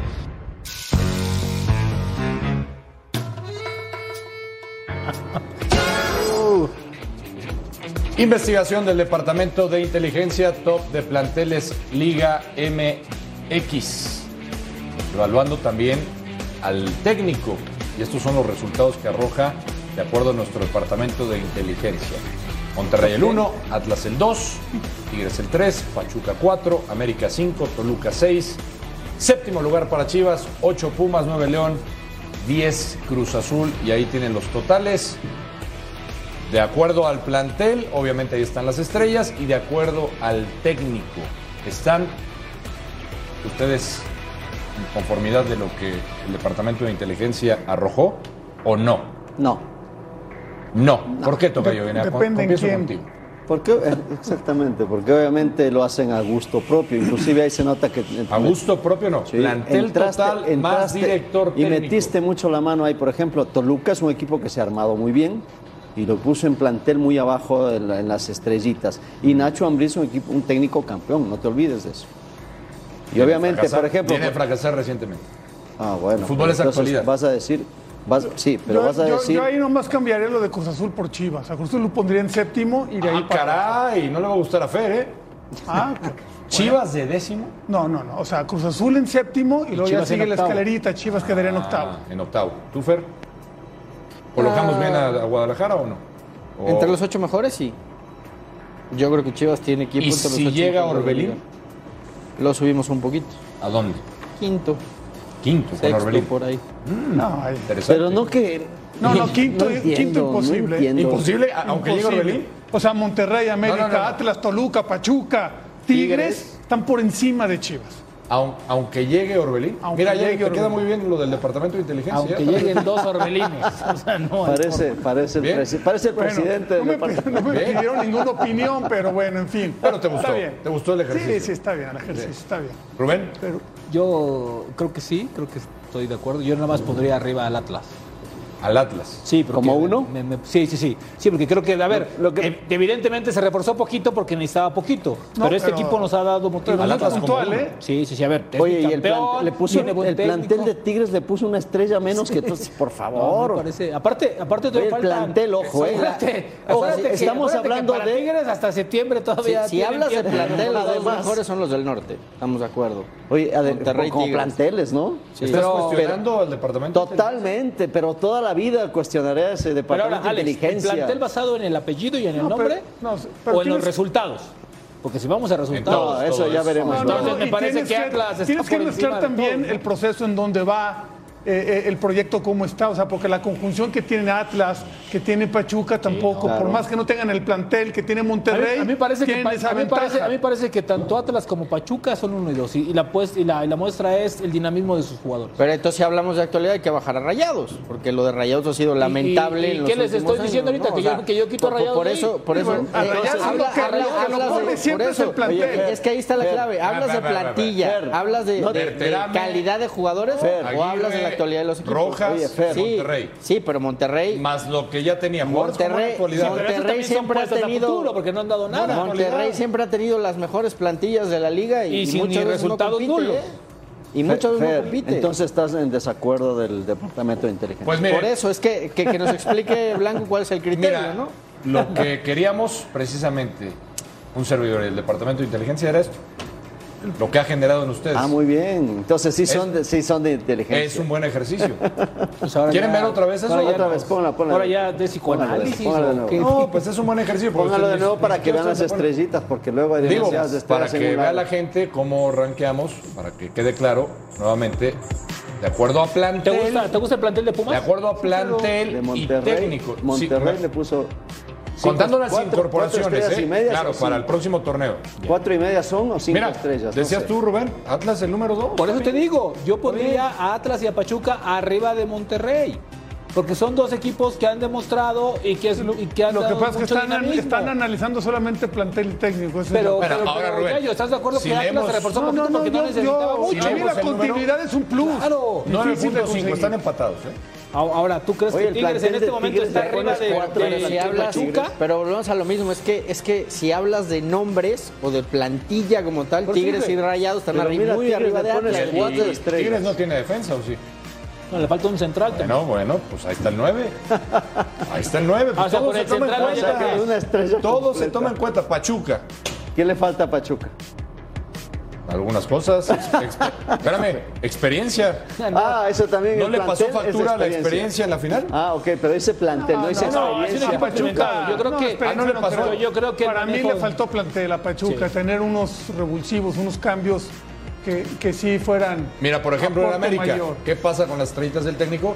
Investigación del Departamento de Inteligencia Top de Planteles Liga MX. Evaluando también al técnico. Y estos son los resultados que arroja de acuerdo a nuestro Departamento de Inteligencia. Monterrey el 1, Atlas el 2, Tigres el 3, Pachuca 4, América 5, Toluca 6. Séptimo lugar para Chivas, 8 Pumas, 9 León, 10 Cruz Azul. Y ahí tienen los totales. De acuerdo al plantel, obviamente ahí están las estrellas, y de acuerdo al técnico, están ustedes en conformidad de lo que el Departamento de Inteligencia arrojó o no. No. No. ¿Por qué toca yo? Depende en quién. Porque, Eh, exactamente, porque obviamente lo hacen a gusto propio. Inclusive ahí se nota que... A gusto propio no. Sí, plantel entraste- total más entraste director Y técnico. metiste mucho la mano ahí. Por ejemplo, Toluca es un equipo que se ha armado muy bien y lo puso en plantel muy abajo en, la- en las estrellitas. Mm. Y Nacho Ambriz es un, equipo, un técnico campeón, no te olvides de eso. Y Viene obviamente, fracasar- por ejemplo... pues Viene a fracasar recientemente. Ah, bueno. El fútbol pero es entonces actualidad. Vas a decir... vas- sí, pero yo, vas a yo- decir... yo ahí nomás cambiaría lo de Cruz Azul por Chivas. A Cruz Azul lo pondría en séptimo y de ahí Ah, para abajo. caray, no le va a gustar a Fer, ¿eh? Ah, caray. Chivas de décimo. No, no, no. O sea, Cruz Azul en séptimo y, luego ya Chivas en sigue la octavo. escalerita. Chivas quedaría en octavo. Ah, en octavo. ¿Tú, Fer? Ah. ¿Colocamos bien a, a Guadalajara o no? O- Entre los ocho mejores, sí. Yo creo que Chivas tiene equipo. ¿Y entre los si ocho llega primeros de la Orbelín? liga. Lo subimos un poquito. ¿A dónde? Quinto. Quinto, con Sexto, Orbelín. por ahí. No, ay. Interesante. no que. No, no, quinto, eh, quinto imposible. ¿Imposible? ¿Aunque llegue Imposible. Orbelín? O sea, Monterrey, América, no, no. Atlas, Toluca, Pachuca, Tigres, están por encima de Chivas. Aun- Aunque llegue Orbelín. Aunque Mira, ya llegue te queda Orbelín. muy bien lo del Departamento de Inteligencia. Aunque ¿eh? lleguen dos Orbelines. O Ah, sea, no hay Parece, forma. parece, el, Bien. presi- parece el Bueno, presidente del departamento. No me Bien. pidieron ninguna opinión, pero bueno, en fin. Pero te Está gustó, bien. te gustó el ejercicio. Sí, sí, está bien, el ejercicio, Sí. está bien. Rubén. Yo creo que sí, creo que estoy de acuerdo. Yo nada más pondría arriba al Atlas. Al Atlas. Sí, ¿Como uno? sí, sí, sí. Sí, porque creo que, a ver, ev- evidentemente se reforzó poquito porque necesitaba poquito. No, pero este pero- equipo nos ha dado motivos. Al muy Atlas como puntuales. uno. Sí, sí, sí. A ver, es Oye, y el, bicampeón, plan- le puso, tiene buen el plantel técnico. de Tigres le puso una estrella menos que tú. Por No, favor. me parece. Aparte, aparte Oye, todavía el faltan- plantel, ojo, eh. Acuérdate, O sea, acuérdate que- estamos acuérdate que hablando para de- Tigres hasta septiembre todavía. Si, si tienen hablas de tiempo. plantel, los dos Además- mejores son los del norte. Estamos de acuerdo. Oye, ade- Monterrey, como Tigres. planteles, ¿no? Sí. ¿Estás cuestionando al departamento? Totalmente, pero toda la vida cuestionaré a ese Pero departamento ahora, Alex, de ¿el inteligencia. plantel basado en el apellido y en el No, pero- nombre? no, pero ¿O en los tienes- resultados? Porque si vamos a resultados. No, eso ya veremos. No, no, Entonces no, me y parece tienes que Atlas está Tienes que por encima de mezclar también todos, ¿no? el proceso en donde va eh, eh, el proyecto, cómo está. O sea, porque la conjunción que tiene Atlas, que tiene Pachuca tampoco, claro. por más que no tengan el plantel que tiene Monterrey, A mí, a mí parece que, tienen pa- esa a mí ventaja. parece, a mí parece que tanto Atlas como Pachuca son uno y dos. Y, y la, pues- y la- y la muestra es el dinamismo de sus jugadores. Pero entonces si hablamos de actualidad hay que bajar a Rayados, porque lo de Rayados ha sido lamentable. y- y en los ¿qué les últimos estoy diciendo años, ahorita? ¿no? Que O yo- sea, que yo quito a por- Rayados Por de eso, ahí. por eso. Bueno, a entonces, Rayados habla- lo que- habla- lo que lo hablas de- pone por siempre es eso. el plantel. Oye, es que ahí está la Fer, clave. Hablas Fer, de Fer, Fer, plantilla, Fer. hablas de, No, de- de Berterame, calidad de jugadores Fer, o Aguirre, hablas de la actualidad de los equipos. Rojas, Fer, sí, Monterrey. Sí, pero Monterrey. Más lo que ya tenía. Jugadores con buena Monterrey- actualidad. Sí, pero eso Monterrey también son siempre ha puestas a tenido- futuro, porque no han dado Nada, Monterrey siempre ha tenido las mejores plantillas de la liga y, Y sin muchos ni resultados nulos. ¿eh? Y muchos Fer, no compite. Entonces estás en desacuerdo del departamento de inteligencia. Pues mire. Por eso es que, que, que nos explique Blanco cuál es el criterio, Mira, ¿no? lo que queríamos precisamente un servidor del Departamento de Inteligencia era esto. Lo que ha generado en ustedes. Ah, muy bien. Entonces sí Es- son de, sí son de inteligencia. es un buen ejercicio. Pues ahora ¿Quieren ya- ver otra vez eso? ahora ya Otra no. vez, ponla, ponla. Ahora ya de Póngalo de- psicoanálisis. póngalo de ¿o nuevo. qué? No, pues es un buen ejercicio. porque Póngalo de ustedes nuevo ni- para ni que siquiera vean las se ponen- estrellitas, porque luego hay Digo, demasiadas para estrellas en que un vea lado. la gente cómo ranqueamos, para que quede claro, nuevamente, de acuerdo a ¿Te plantel, gusta, ¿Te gusta el plantel de Pumas? de acuerdo a plantel de y Monterrey, técnico. Sí, Monterrey le puso contando cinco- las cuatro- cuatro incorporaciones, estrellas ¿eh? y medias, claro, o para cinco. el próximo torneo. cuatro y media son o cinco Mira, estrellas. no decías sé. tú, Rubén, Atlas el número dos. Por eso te digo, yo pondría a Atlas y a Pachuca arriba de Monterrey. Porque son dos equipos que han demostrado y que, es, y que han Lo que dado pasa es que mucho están, dinamismo. están analizando solamente plantel técnico. eso es Pero, lo que- pero, ahora, pero, Rubén, Gallo, ¿estás de acuerdo si que Atlas leemos- se reforzó no, poquito no, no, porque no, yo, necesitaba yo- mucho? Si para mí leemos la el número- continuidad es un plus. Claro. No, en el Difícil de punto cinco, conseguir. están empatados. ¿eh? Ahora, ¿tú crees Oye, que el Tigres en plantel este de momento Tigres está le arriba pones de, cuatro de- de la si de hablas, Pachuca? pero volvemos a lo mismo, es que, es que si hablas de nombres o de plantilla como tal, Por Tigres sí, y güey. Rayados están Pero arriba, mira, muy Tigres arriba le de pones Atlas. cuatro Y estrellas. Tigres no tiene defensa, ¿o sí? No, le falta un central también. No, bueno, pues ahí está el 9. Ahí está el 9. O sea, todo por se el toma en central cuenta. O sea, que es una estrella Todo se completa. toma en cuenta. Pachuca. ¿Qué le falta a Pachuca? Algunas cosas. Exper- Espérame, experiencia. Ah, eso también. ¿No el le pasó plantel es factura a la experiencia en la final? Ah, ok, pero ese plantel, no, dice No, es un experiencia. equipo Pachuca. Yo creo que- experiencia Ah, no le pasó. creo. Yo creo que el Para mí manejo- le faltó plantel a Pachuca, Sí. tener unos revulsivos, unos cambios que, que sí fueran. Mira, por ejemplo, en aporte América, mayor. ¿qué pasa con las estrellitas del técnico?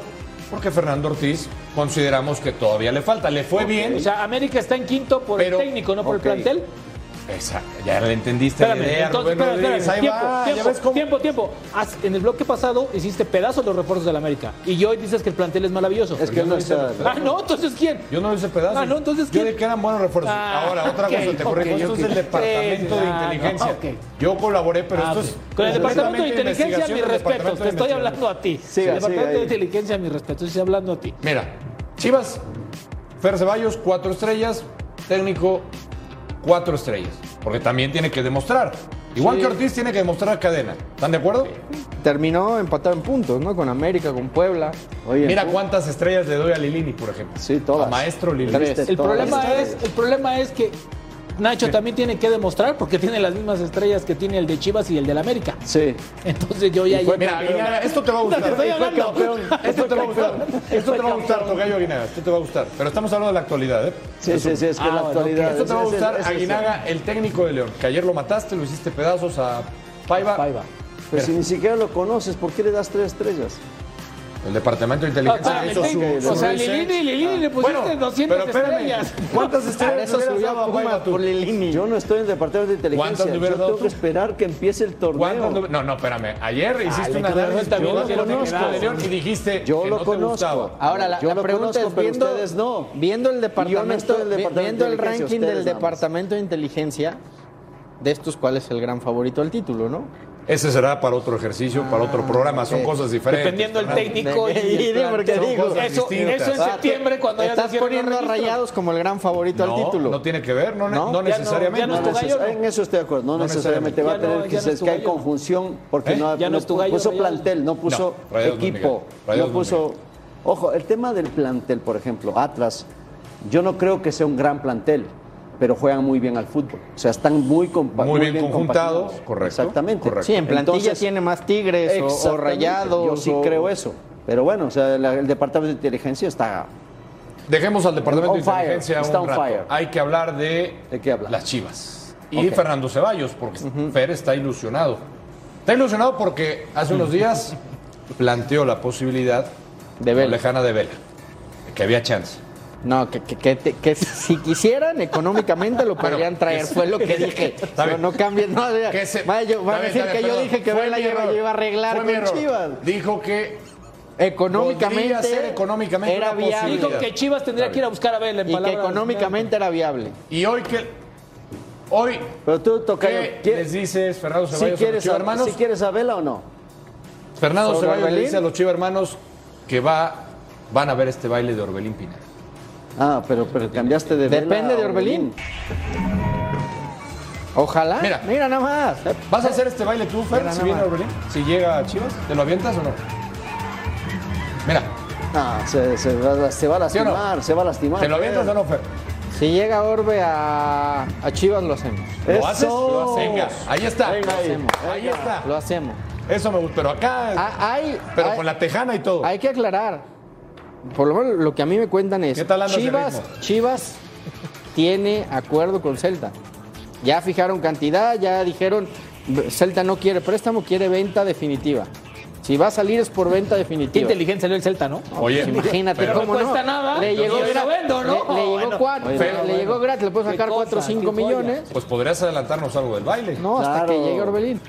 Porque Fernando Ortiz consideramos que todavía le falta. Le fue bien. O sea, América está en quinto por Pero- el técnico, no por ok. el plantel. Exacto, ya le entendiste la Espérame, idea, entonces, Rubén espérame, espérame. Rodríguez. Ahí Tiempo, va, ya tiempo, ves cómo. tiempo, tiempo. Haz- En el bloque pasado hiciste pedazos los refuerzos del América. Y hoy dices que el plantel es maravilloso. Es que él no está. Ah, no, entonces ¿quién? Yo no lo hice pedazos. Ah, no, entonces, Yo ¿quién? dije que eran buenos refuerzos. Ah, Ahora, otra ok, cosa, te ok, corrijo. esto ok. es el departamento Sí, de ah, inteligencia. no, ok. Yo colaboré, pero Ah, esto pues, es. Con el departamento completamente de inteligencia, investigación mis del respetos. Departamento Te de Investigación. estoy hablando a ti. Siga, el departamento siga de ahí. inteligencia, mis respetos. Estoy hablando a ti. Mira, Chivas, Fer Ceballos, cuatro estrellas. Técnico, cuatro estrellas. Porque también tiene que demostrar. Igual que Ortiz tiene que demostrar cadena. ¿Están de acuerdo? Terminó empatado en puntos, ¿no? Con América, con Puebla. Oye, Mira tú- cuántas estrellas le doy a Lilini, por ejemplo. Sí, todas. A Maestro Lilini. Tres. El Todas problema, las es, el problema es que Nacho también tiene que demostrar porque tiene las mismas estrellas que tiene el de Chivas y el del América. Sí. Entonces yo ya Fue- llegué- mira, Aguinaga, esto te va a gustar. No, te estoy Fue hablando. campeón. Esto te va a gustar. Esto te va a Fue gustar, Tocayo Aguinaga. Esto te va a gustar. Pero estamos hablando de la actualidad, ¿eh? Sí, Eso- sí, sí, es que la bueno, actualidad ok. Esto te va a es- es- gustar, es- es- Aguinaga, el técnico de León. Que ayer lo mataste, lo hiciste pedazos a Paiva. Paiva. Pero si ni siquiera lo conoces, ¿por qué le das tres estrellas? El departamento de inteligencia Ah, hizo el técnico. su. O sea, Lilini, ah, Lilini, le pusiste 200 estrellas. ¿Cuántas Por estrellas le eso hubieras subió dado a Paiva tú? Yo no estoy en el departamento de ¿Cuántas inteligencia. le Yo hubieras dado tengo tú? que esperar que empiece el ¿Cuántas torneo. le- No, no, espérame. Ayer hiciste le una quedó análisis también, que no yo lo te quedaba conozco. de León y dijiste Yo que lo no te conozco. gustaba. Ahora, la, Yo la lo pregunta conozco, es, pero viendo, ustedes no. viendo el Yo no departamento, estoy en el vi- departamento viendo de el inteligencia, ranking ustedes del nada más. departamento de inteligencia, de estos cuál es el gran favorito al título, ¿no? Ese será para otro ejercicio, para otro programa. Son ok. cosas diferentes. Dependiendo del Fernando. técnico y- y de- porque Son digo, cosas eso- distintas. eso en Ah, septiembre, cuando ya se Estás cierren los poniendo a registros. Rayados como el gran favorito No, al título. No tiene que ver, no, ne- No, no ya no- necesariamente. ya no es tu gallo, Neces- En eso estoy de acuerdo. No, No necesariamente, va a necesariamente. tener Ya que no- ya no ser es tu que hay gallo. confusión porque ¿Eh? no, Ya no no es tu pu- gallo, puso Rayados. plantel, no puso No, Rayados no, equipo, Miguel. Rayados no no, puso. Ojo, el tema del plantel, por ejemplo, Atlas, yo no creo que sea un gran plantel, pero juegan muy bien al fútbol. O sea, están muy compa- Muy bien conjuntados, compaginados. correcto, Exactamente. correcto. Sí, en plantilla Entonces, tiene más tigres o- o, Exactamente. rayados. Yo sí o- creo eso. Pero bueno, o sea, la- el departamento de inteligencia está. Dejemos al departamento de On fire, inteligencia está un on rato. fire. Hay que hablar de, hablar? las Chivas y Ok. Fernando Ceballos, porque Fer está ilusionado. Está ilusionado porque hace unos días planteó la posibilidad de lejana de Vela, que había chance. No, que, que- que te- que si quisieran económicamente lo podrían traer, que- fue lo que dije. Está No, bien. no cambien, no, vaya, vaya, yo- van a decir que yo dije que Vela iba, iba a arreglar con Chivas. Dijo que Económicamente podría ser económicamente era una viable. posibilidad. Dijo que Chivas tendría que ir a buscar a Vela en y que palabras- económicamente era viable. Y hoy que hoy Pero tú, Tocayo, ¿qué ¿quie- les dices Fernando ¿sí Ceballos a los quieres, Chivas a, hermanos? ¿sí quieres a Vela o no? Fernando ¿Sobre Ceballos le Orbelín? dice a los Chivas hermanos que va van a ver este baile de Orbelín Pineda. Ah, pero, pero cambiaste de Vela Depende a de Orbelín. Ojalá. Mira. Ah, Mira, nada más. Eh, ¿Vas a hacer este baile tú, Fer, Mira, si nada viene más. Orbelín? Si llega a Chivas, ¿te lo avientas o no? Mira, Ah, se, se va, se va a ¿Sí o no? lastimar, se va a lastimar. ¿te lo avientas o no, Fer? Si llega Orbe a, a Chivas, lo hacemos. ¿Lo Eso. haces? Lo haces. Venga, ahí está. Venga, ahí. ahí. Ahí está. Lo hacemos. Eso me gusta, pero acá, Ah, hay, pero hay- con la tejana y todo. hay que aclarar. Por lo menos lo que a mí me cuentan es ¿Qué tal andas de Chivas, ritmo? Chivas tiene acuerdo con Celta. Ya fijaron cantidad, ya dijeron Celta no quiere préstamo, quiere venta definitiva. Si va a salir es por venta Qué definitiva. inteligente salió el Celta, ¿no? Oye, Pues imagínate pero- cómo no cuesta no. nada, Le llegó, entonces gratis, lo vendo, ¿no? le, le llegó Bueno, cuatro, oye, le- pero le bueno. llegó gratis, le puedes Qué sacar cosa, 4 o 5 qué joya. millones. Pues podrías adelantarnos algo del baile, No, hasta que Claro. llegue Orbelín.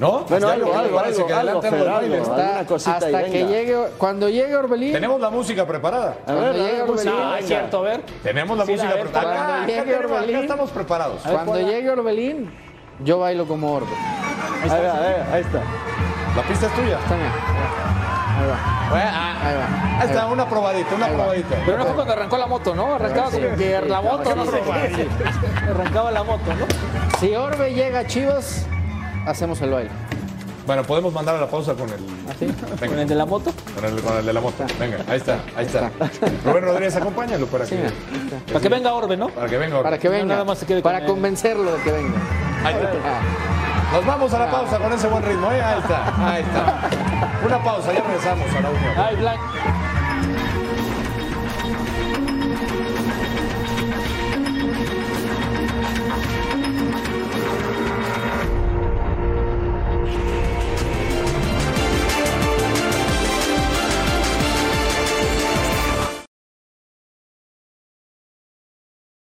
¿no? Pues Bueno, Ya algo, me algo, parece algo, que algo, adelantan Fer, del baile. algo, Está- Alguna cosita y hasta que venga. llegue, cuando llegue Orbelín, Tenemos la música preparada. A ver, Cuando a ver, llegue música, Orbelín. venga. Ah, es cierto, a ver. Tenemos la Sí, música a ver, preparada. cuando Acá, llegue acá tenemos- acá Orbelín. estamos preparados. ver, cuando ponla. llegue Orbelín, yo bailo como Orbe. A ver, a ver, ahí está. La pista es tuya. Está bien. Ahí va, ahí va. Ahí está, una probadita, una probadita. Pero no fue cuando arrancó la moto, ¿no? Arrancaba como que la moto, no sé qué. Arrancaba la moto, ¿no? Si Orbe llega a Chivas, hacemos el baile. Bueno, podemos mandar a la pausa con el, Venga. Con el de la moto. ¿Ah, con el, con el de la moto. Venga, ahí está, ahí está. Rubén Rodríguez, acompáñalo para que, Para que venga Orbe, ¿no? para que venga. Para que No, venga. nada más se quede con para él. convencerlo de que venga. Ahí está. Nos vamos a la pausa con ese buen ritmo. ¿eh? Ahí está, ahí está. Una pausa, ya regresamos a la unión. Ay, Blanc.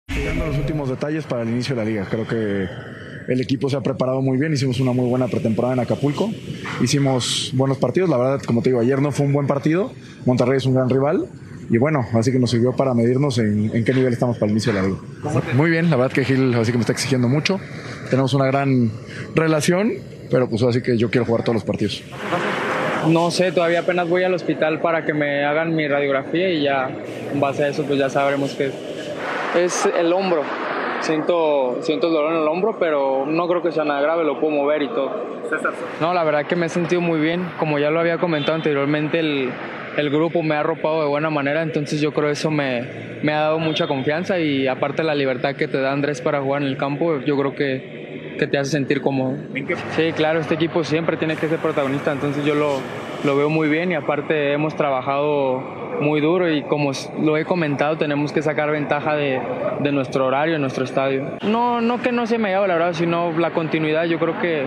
Dando los últimos detalles para el inicio de la liga. Creo que el equipo se ha preparado muy bien. Hicimos una muy buena pretemporada en Acapulco. Hicimos buenos partidos. La verdad, como te digo, ayer no fue un buen partido. Monterrey es un gran rival. Y bueno, así que nos sirvió para medirnos en, en qué nivel estamos para el inicio de la liga. Muy bien, la verdad que Gil así que me está exigiendo mucho. Tenemos una gran relación, pero pues así que yo quiero jugar todos los partidos. No sé, todavía apenas voy al hospital para que me hagan mi radiografía y ya en base a eso pues ya sabremos qué es. Es el hombro. Siento, siento el dolor en el hombro, pero no creo que sea nada grave, lo puedo mover y todo. No, la verdad que me he sentido muy bien. Como ya lo había comentado anteriormente, el, el grupo me ha arropado de buena manera, entonces yo creo eso me, me ha dado mucha confianza y aparte la libertad que te da Andrés para jugar en el campo, yo creo que, que te hace sentir cómodo. Sí, claro, este equipo siempre tiene que ser protagonista, entonces yo lo, lo veo muy bien y aparte hemos trabajado muy duro y como lo he comentado tenemos que sacar ventaja de, de nuestro horario, de nuestro estadio. No, no que no se me haya valorado, sino la continuidad. Yo creo que,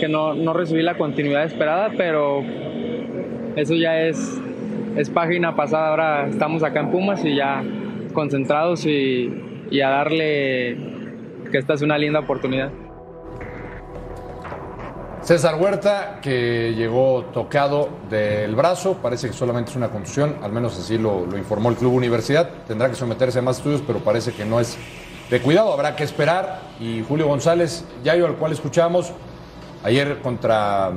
que no, no recibí la continuidad esperada, pero eso ya es, es página pasada. Ahora estamos acá en Pumas y ya concentrados y, y a darle que esta es una linda oportunidad. César Huerta, que llegó tocado del brazo, parece que solamente es una contusión, al menos así lo, lo informó el Club Universidad. Tendrá que someterse a más estudios, pero parece que no es de cuidado, habrá que esperar. Y Julio González, Yayo, al cual escuchamos, ayer contra,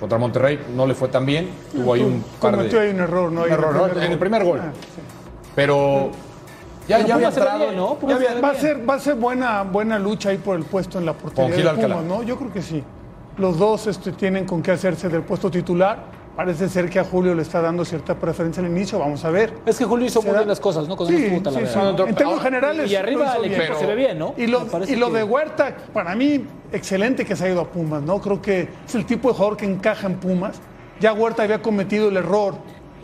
contra Monterrey no le fue tan bien, tuvo ahí un par de- Cometió ahí un error, ¿no? un Ahí en el error, ¿no? primer en el gol. primer gol. Ah, Pero ya, ya Pero pues, había Pumas se ve entrado. bien, ¿no? Pumas ya se había- ve va a ser, va a ser buena, buena lucha ahí por el puesto en la portería Con Gil de Pumas, Alcalá. ¿no? Yo creo que sí. Los dos este, tienen con qué hacerse del puesto titular. Parece ser que a Julio le está dando cierta preferencia al inicio, vamos a ver. Es que Julio hizo muy ¿Será? bien las cosas, ¿no? Cuando sí, no estuvo tan sí, la sí. verdad. En términos generales. Y lo arriba hizo el equipo bien. se ve bien, ¿no? Y lo, Me parece y lo que- de Huerta, para mí, excelente que se ha ido a Pumas, ¿no? Creo que es el tipo de jugador que encaja en Pumas. Ya Huerta había cometido el error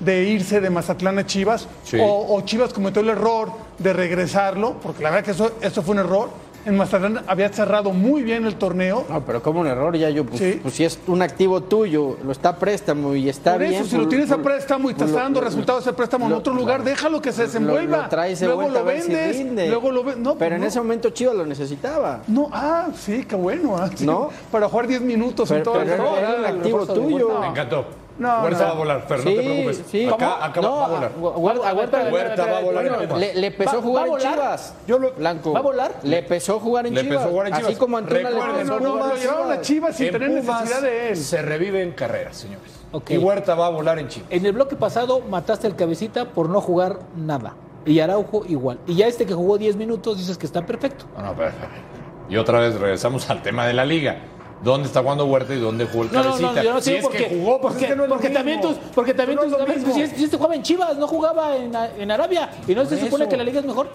de irse de Mazatlán a Chivas, Sí. o, o Chivas cometió el error de regresarlo, porque la verdad que eso, eso fue un error. En Mazatlán había cerrado muy bien el torneo. No, pero como un error, ya yo, pues, Sí. pues, si es un activo tuyo, lo está a préstamo y está Por bien. eso, si pues, lo tienes a pues, préstamo y pues, estás lo- dando lo- resultados de préstamo en otro lugar, déjalo que se desenvuelva. lo traes de luego vuelta lo a ver si vendes, rinde. luego lo vendes. No, Pero en no. ese momento Chivas lo necesitaba. No, ah, sí, qué bueno. ah, sí. ¿no? Para jugar 10 minutos en Pero, todo pero el era un activo tuyo. Me encantó. No, Huerta no. va a volar, Fer, no te Sí, preocupes. sí. Acá, ¿Cómo? acá No, va a volar. a- Huerta- a Huerta- Huerta va a volar en Pumas. Le, le pesó Va- jugar va a en volar. Chivas. Blanco. ¿Va a volar? Le pesó jugar en Le Chivas. empezó a jugar en Chivas. Así como Antuna le Recuerden, pesó no, jugar no, en llevaron Chivas. a Chivas sin En tener Pumas necesidad de él. Se reviven carreras, señores. Y Huerta va a volar en Chivas. En el bloque pasado mataste al cabecita por no jugar nada. Y Araujo igual. Y ya este que jugó 10 minutos dices que está perfecto. No, no, pero- Y otra vez regresamos al tema de la liga. ¿Dónde está jugando Huerta y dónde jugó el No, no, cabecita? no, yo no Si sé es porque, que jugó, pues porque, es que no es lo porque también mismo. tus, porque también tus lo cabezas- mismo. si, es- si este jugaba en Chivas, no jugaba en, en Arabia y no se Por supone eso. que la liga es mejor.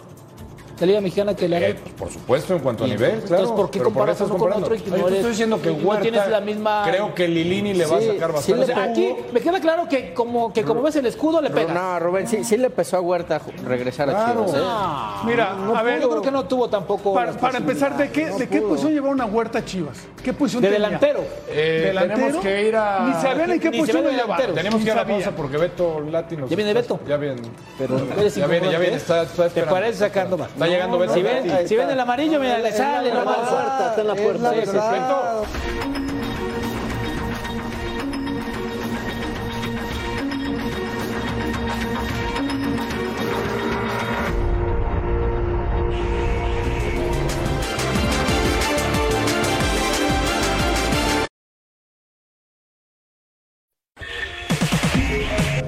La liga mexicana que la Eh, pues, por supuesto, en cuanto a Y- nivel, entonces, claro. ¿por qué pero comparas eso uno con comparando. otro y que No, no yo te eres- estoy diciendo que y no Huerta... tienes la misma- Creo que Lilini le va a Sí, sacar sí bastante. O sea, aquí me queda claro que como, que como ves el escudo le pegas. No, Rubén, sí, sí le pesó a Huerta ju- regresar a Claro. Chivas. ¿eh? No, Mira, no a ver, pudo. yo creo que no tuvo tampoco. Para, las para empezar, ¿de qué, posibilidades, ¿de no qué pudo. posición llevaba una huerta a Chivas? ¿Qué posición De tenía? delantero. Eh, ¿Delantero? Tenemos que ir a. Ni sabían en qué Ni posición se lo ve llevaban. delantero. Tenemos Ni que ir a la sabía. pausa porque Beto Latino. Ya viene Beto. Ya viene. Pero ya viene, ya viene. Está, está Te esperando. parece sacando más. Está llegando Beto. Si ven, Ahí si ven está. el amarillo, mira, le Es la sale verdad, nomás. está en la Es puerta. la verdad.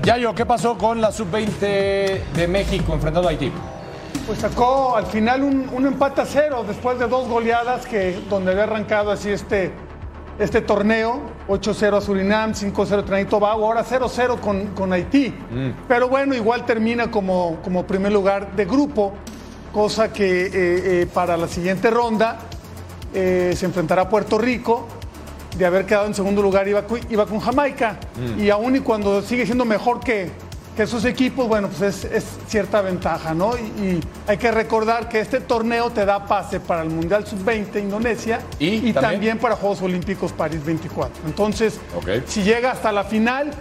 Yayo, ¿qué pasó con la sub-20 de México enfrentando a Haití? Pues sacó al final un, un empate a cero después de dos goleadas que donde había arrancado así este, este torneo. 8-0 a Surinam, 5-0 a Trinidad y Tobago, ahora 0-0 con, con Haití. Pero bueno, igual termina como, como primer lugar de grupo, cosa que eh, eh, para la siguiente ronda eh, se enfrentará a Puerto Rico. De haber quedado en segundo lugar iba, cu- iba con Jamaica. Mm. Y aún y cuando sigue siendo mejor que, que esos equipos, bueno, pues es, es cierta ventaja, ¿no? Y, y hay que recordar que este torneo te da pase para el Mundial Sub-20 Indonesia Y también? también- para Juegos Olímpicos París 24. Entonces, si llega hasta la final,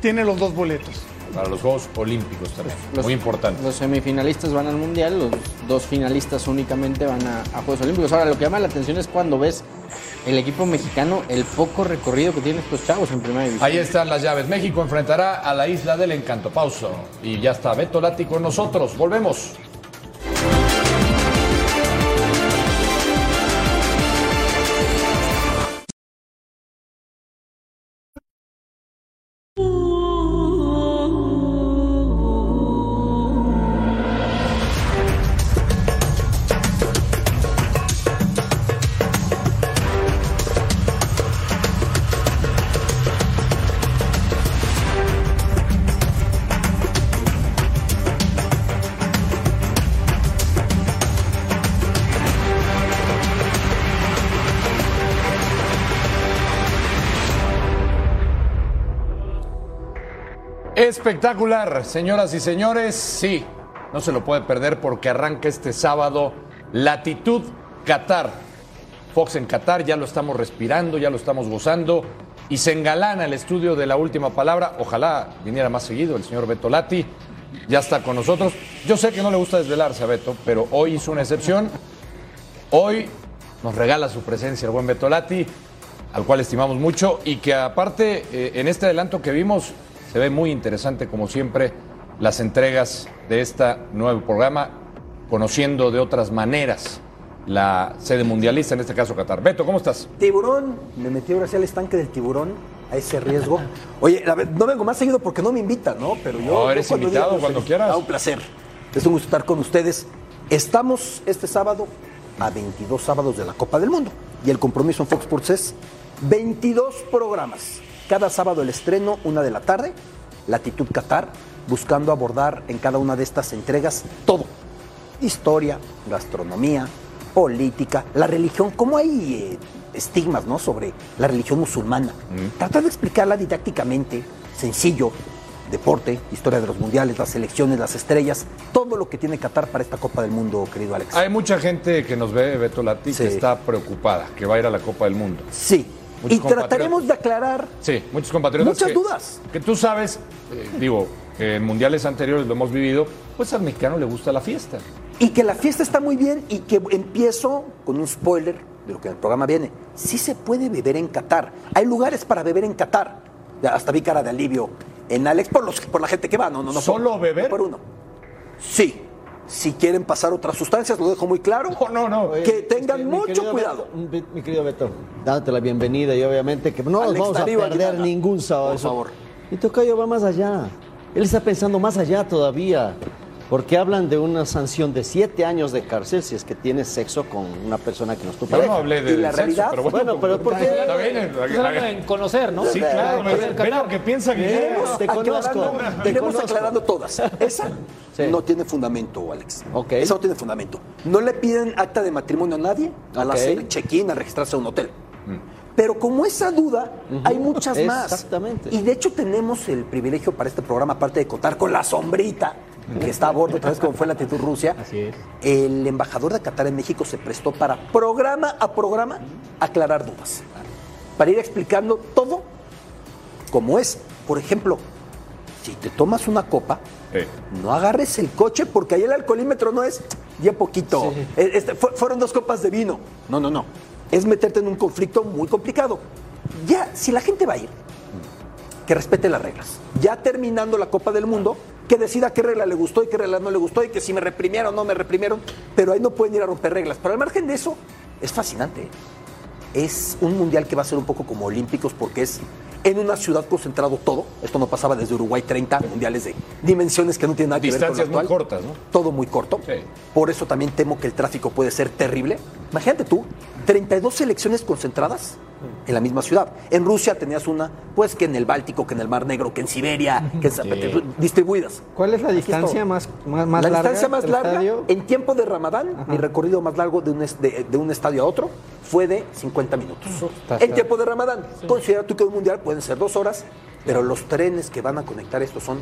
tiene los dos boletos. Para los Juegos Olímpicos también. Los- Muy importante. Los semifinalistas van al Mundial, los dos finalistas únicamente van a, a Juegos Olímpicos. Ahora, lo que llama la atención es cuando ves el equipo mexicano, el poco recorrido que tienen estos chavos en primera división. Ahí están las llaves. México enfrentará a la isla del encanto. Pauso. Y ya está Beto Lati con nosotros. Volvemos. Espectacular, señoras y señores. Sí, no se lo puede perder porque arranca este sábado Latitud Qatar. Fox en Qatar, ya lo estamos respirando, ya lo estamos gozando. Y se engalana el estudio de la última palabra. Ojalá viniera más seguido el señor Beto Lati. Ya está con nosotros. Yo sé que no le gusta desvelarse a Beto, pero hoy hizo una excepción. Hoy nos regala su presencia el buen Beto Lati, al cual estimamos mucho y que aparte eh, en este adelanto que vimos se ve muy interesante como siempre las entregas de este nuevo programa, conociendo de otras maneras la sede mundialista, en este caso Qatar. Beto, ¿cómo estás? Tiburón, me metí ahora sí al estanque del tiburón, a ese riesgo. Oye, la ve- no vengo más seguido porque no me invitan, ¿no? Pero yo. No, yo eres cuando invitado digo, cuando feliz- quieras. Ah, un placer. Es un gusto estar con ustedes. Estamos este sábado a 22 sábados de la Copa del Mundo. Y el compromiso en Fox Sports es 22 programas. Cada sábado el estreno, una de la tarde, Latitud Qatar, buscando abordar en cada una de estas entregas todo. Historia, gastronomía, política, la religión. ¿Cómo hay eh, estigmas ¿no? sobre la religión musulmana? Tratar de explicarla didácticamente, sencillo, deporte, historia de los mundiales, las selecciones, las estrellas, todo lo que tiene Qatar para esta Copa del Mundo, querido Alex. Hay mucha gente que nos ve, Beto Lati, que está preocupada, que va a ir a la Copa del Mundo. Sí. Muchos y trataremos de aclarar Sí, muchos compatriotas. Muchas que- dudas. Que tú sabes, eh, digo, que en mundiales anteriores lo hemos vivido, pues al mexicano le gusta la fiesta. y que la fiesta está muy bien y que empiezo con un spoiler de lo que en el programa viene. Sí se puede beber en Qatar. Hay lugares para beber en Qatar. Ya, Hasta vi cara de alivio en Alex por, los, por la gente que va. No, no, no. ¿Solo beber? por uno. Sí. Si quieren pasar otras sustancias, lo dejo muy claro. No, no, eh, no. Que tengan Este, Mi mucho querido cuidado. Beto, mi- mi querido Beto, dándote la bienvenida y obviamente que no nos Alex vamos a Darío perder Aguinaga. ningún sábado. Por eso. favor. Y Tocayo va más allá. Él está pensando más allá todavía. Porque hablan de una sanción de siete años de cárcel si es que tienes sexo con una persona que no es tu Yo pareja. no hablé de sexo, pero bueno, pues, pero ¿por qué? Está bien, está bien. conocer, ¿no? Sí, claro, Conocer pero- el pero- Qatar. Que piensa que... Iremos te aclarando- conozco, te iremos conozco. aclarando todas. Esa no tiene fundamento, Alex. Esa no tiene fundamento. No le piden acta de matrimonio a nadie al Ok. hacer check-in, al registrarse a un hotel. Pero como esa duda, hay muchas más. Exactamente. Y de hecho tenemos el privilegio para este programa, aparte de contar con la sombrita que está a bordo, otra vez como fue la actitud Rusia. Así es. El embajador de Qatar en México se prestó para programa a programa aclarar dudas. Para ir explicando todo como es. Por ejemplo, si te tomas una copa, no agarres el coche porque ahí el alcoholímetro no es ya poquito. Eh, este, fue- fueron dos copas de vino. No, no, no. Es meterte en un conflicto muy complicado. Ya, si la gente va a ir, que respete las reglas. Ya terminando la Copa del Mundo, que decida qué regla le gustó y qué regla no le gustó y que si me reprimieron o no me reprimieron, pero ahí no pueden ir a romper reglas. Pero al margen de eso, es fascinante. Es un mundial que va a ser un poco como Olímpicos porque es en una ciudad concentrado todo. Esto no pasaba desde Uruguay 30 mundiales de dimensiones que no tienen nada que ver con lo Distancias muy actual cortas, ¿no? todo muy corto. Por eso también temo que el tráfico puede ser terrible. Imagínate tú, 32 selecciones concentradas en la misma ciudad. En Rusia tenías una, pues que en el Báltico, que en el Mar Negro, que en Siberia, que en San Petersburgo, distribuidas. ¿Cuál es la Aquí distancia esto- más, más, más la larga? distancia más del larga estadio? en tiempo de Ramadán, el recorrido más largo de un, es- de- de un estadio a otro fue de 50 minutos. está En claro. tiempo de Ramadán, considera tú que un mundial pueden ser dos horas, pero los trenes que van a conectar esto son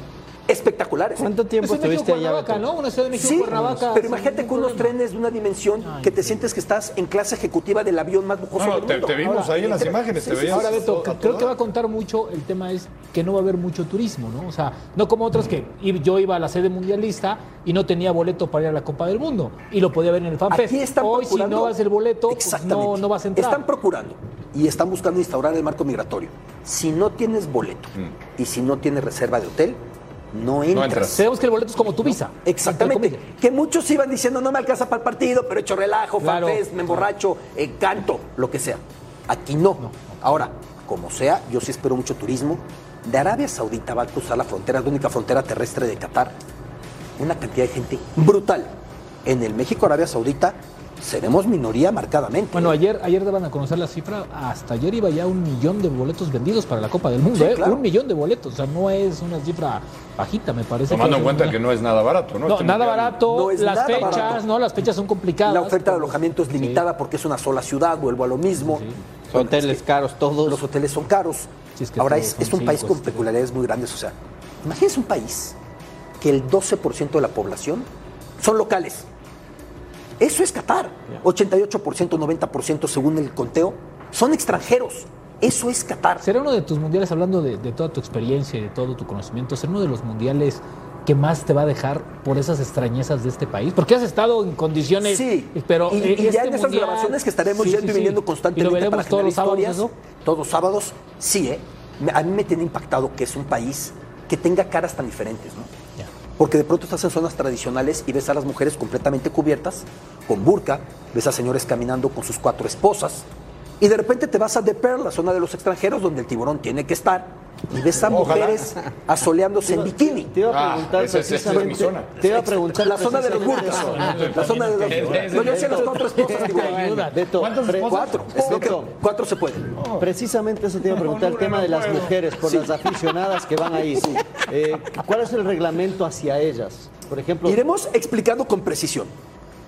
espectaculares. ¿Cuánto tiempo Eso me estuviste dijo allá? Cuernavaca, Beto? ¿no? Una ciudad de México, Cuernavaca, pero imagínate con unos trenes de una dimensión que te sientes que estás en clase ejecutiva del avión más No, lujoso no, del te, mundo. te vimos ahí en las imágenes, te veías. Ahora, Beto, creo que va a contar mucho el tema es que no va a haber mucho turismo, ¿no? O sea, no como otras que i- yo iba a la sede mundialista y no tenía boleto para ir a la Copa del Mundo y lo podía ver en el fanfest. Aquí están Hoy, si procurando- no vas el boleto, pues, Exactamente. no, no vas a entrar. Están procurando y están buscando instaurar el marco migratorio. Si no tienes boleto Mm. y si no tienes reserva de hotel, no entras. Sabemos que el boleto es como tu visa. Exactamente. Que muchos iban diciendo, no me alcanza para el partido, pero he hecho relajo, Claro. fanfest, me emborracho, eh, canto, lo que sea. Aquí no. Ahora, como sea, yo sí espero mucho turismo. De Arabia Saudita va a cruzar la frontera, es la única frontera terrestre de Qatar. Una cantidad de gente brutal. En el México-Arabia Saudita seremos minoría marcadamente. Bueno, ayer, ayer daban a conocer la cifra. Hasta ayer iba ya un millón de boletos vendidos para la Copa del Mundo. Sí, ¿eh? claro. Un millón de boletos. O sea, no es una cifra bajita, me parece. Tomando que en es cuenta una- que no es nada barato, ¿no? No, Este nada mundial. barato. No es las nada fechas, barato. ¿no? Las fechas son complicadas. pues, La oferta de alojamiento es limitada porque es una sola ciudad, vuelvo a lo mismo. hoteles caros todos. Los hoteles son caros. es que Ahora todos es, son es un cinco país con estrellas. peculiaridades muy grandes, o sea, Imagínense un país que el 12% de la población son locales. Eso es Qatar. 88%, 90% según el conteo, son extranjeros. Eso es Qatar. ¿Será uno de tus mundiales, hablando de, de toda tu experiencia y de todo tu conocimiento, será uno de los mundiales que más te va a dejar por esas extrañezas de este país? Porque has estado en condiciones... Sí, pero y, y eh, ya este en estas mundial- grabaciones que estaremos Sí, yendo sí, y sí. viniendo Y lo constantemente veremos para todos generar los sábados, historias, eso. todos los sábados, sí, ¿eh? Me- A mí me tiene impactado que es un país que tenga caras tan diferentes, ¿no? Porque de pronto estás en zonas tradicionales y ves a las mujeres completamente cubiertas, con burka, ves a señores caminando con sus cuatro esposas, y de repente te vas a The Pearl, la zona de los extranjeros, donde el tiburón tiene que estar, y ves a Ojalá. mujeres asoleándose en bikini. Te iba a preguntar precisamente. Te iba a preguntar La zona de los burkas. burkas. La zona de los burkas. No, yo decía las cuatro esposas, tiburón. Beto, ¿Cuántas pre- esposas? Oh. Cuatro. Es lo que- Cuatro se pueden. Precisamente eso te iba a preguntar, el tema de las mujeres, por las aficionadas que van ahí. Eh, ¿Cuál es el reglamento hacia ellas? Por ejemplo, Iremos explicando con precisión,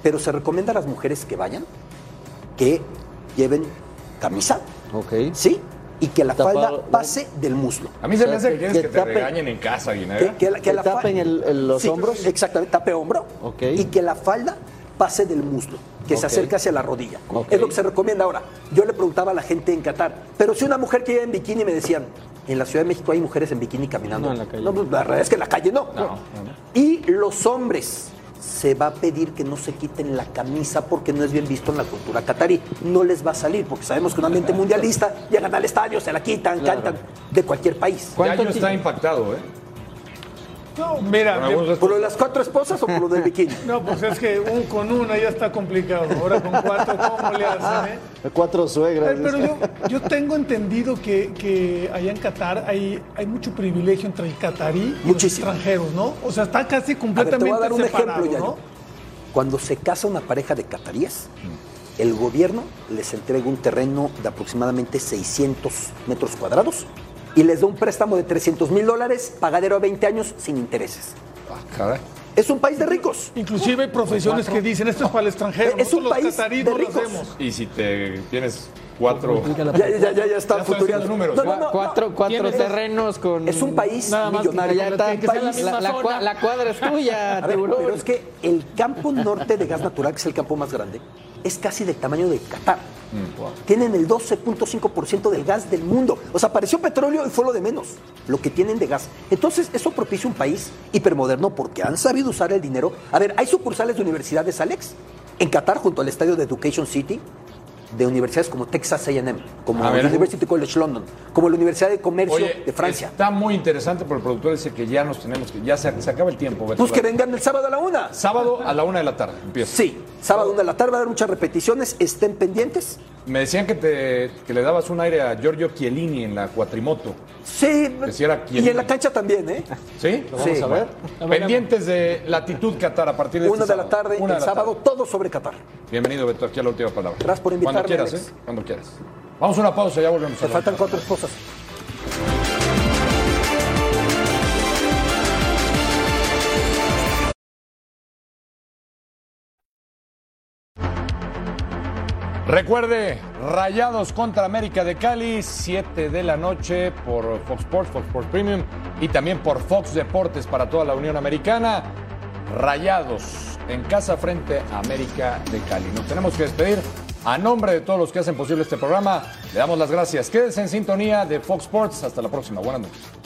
pero se recomienda a las mujeres que vayan que lleven camisa, ¿sí? Y que la Tapado, falda pase del muslo. A mí se me hace que quieres que, te tapen- regañen en casa, Guinaga. que- que la- que la fa- los Sí, hombros. Exactamente, tape hombro y que la falda pase del muslo, que se Ok. acerque hacia la rodilla. Ok. Es lo que se recomienda ahora. Yo le preguntaba a la gente en Qatar, pero si una mujer que iba en bikini me decían, en la Ciudad de México hay mujeres en bikini caminando. No, en la calle. la verdad es que en la calle no. Y los hombres se va a pedir que no se quiten la camisa porque no es bien visto en la cultura catarí. No les va a salir porque sabemos que un ambiente mundialista llegan al estadio, se la quitan, Claro. cantan, de cualquier país. Yayo está impactado, ¿eh? No, mira, Por algunos ¿por lo de las cuatro esposas o por lo del bikini? No, pues es que un- con una ya está complicado. Ahora con cuatro, ¿cómo le hacen, eh? cuatro A suegras. ver, pero yo, yo tengo entendido que, que allá en Qatar hay, hay mucho privilegio entre el catarí y los Muchísimo. extranjeros, ¿no? O sea, está casi A ver, completamente te voy a dar un separado, ejemplo, Yayo. ¿no? Cuando se casa una pareja de cataríes, el gobierno les entrega un terreno de aproximadamente 600 metros cuadrados y les da un préstamo de 300 mil dólares, pagadero a 20 años sin intereses. Ah, Es un país de ricos. Inclusive hay profesiones que dicen, esto es para el extranjero. Es nosotros un los país catarí de no lo ricos. hacemos. Y si te tienes cuatro. Ya, ya, ya, ya está sabes los futureando. números. No, no, no, cuatro no. cuatro Tienes- terrenos con. Es un país millonario. Ya está, Un país- la, la cua- la cuadra es tuya, A ver, tiburón. pero es que el campo norte de gas natural, que es el campo más grande, es casi del tamaño de Qatar. Tienen el 12.5% del gas del mundo. O sea, apareció petróleo y fue lo de menos, lo que tienen de gas. Entonces, eso propicia un país hipermoderno porque han sabido usar el dinero. A ver, hay sucursales de universidades, Alex, en Qatar, junto al estadio de Education City, de universidades como Texas AM, como A ver. University College London, como la Universidad de Comercio Oye, de Francia. Está muy interesante, pero el productor dice que ya nos tenemos que. Ya se, se acaba el tiempo, Beto. Pues que vengan el sábado a la una. Sábado a la una de la tarde empieza. Sí, sábado una de la tarde va a haber muchas repeticiones, estén pendientes. Me decían que, te, que le dabas un aire a Giorgio Chiellini en la cuatrimoto. Sí, Que si era y Chiellini. en la cancha también, ¿eh? ¿Sí? Lo vamos Sí. a ver. Pendientes de latitud Qatar a partir de Una este de la sábado. tarde, Una de el la tarde. sábado, todo sobre Qatar. Bienvenido, Beto, aquí a la última palabra. Gracias por Cuando invitarme, quieras, Alex. ¿eh? Cuando quieras. Vamos a una pausa, ya volvemos. Te faltan cuatro esposas. Recuerde, Rayados contra América de Cali, 7 de la noche por Fox Sports, Fox Sports Premium y también por Fox Deportes para toda la Unión Americana. Rayados en casa frente a América de Cali. Nos tenemos que despedir. A nombre de todos los que hacen posible este programa, le damos las gracias. Quédense en sintonía de Fox Sports. Hasta la próxima. Buenas noches.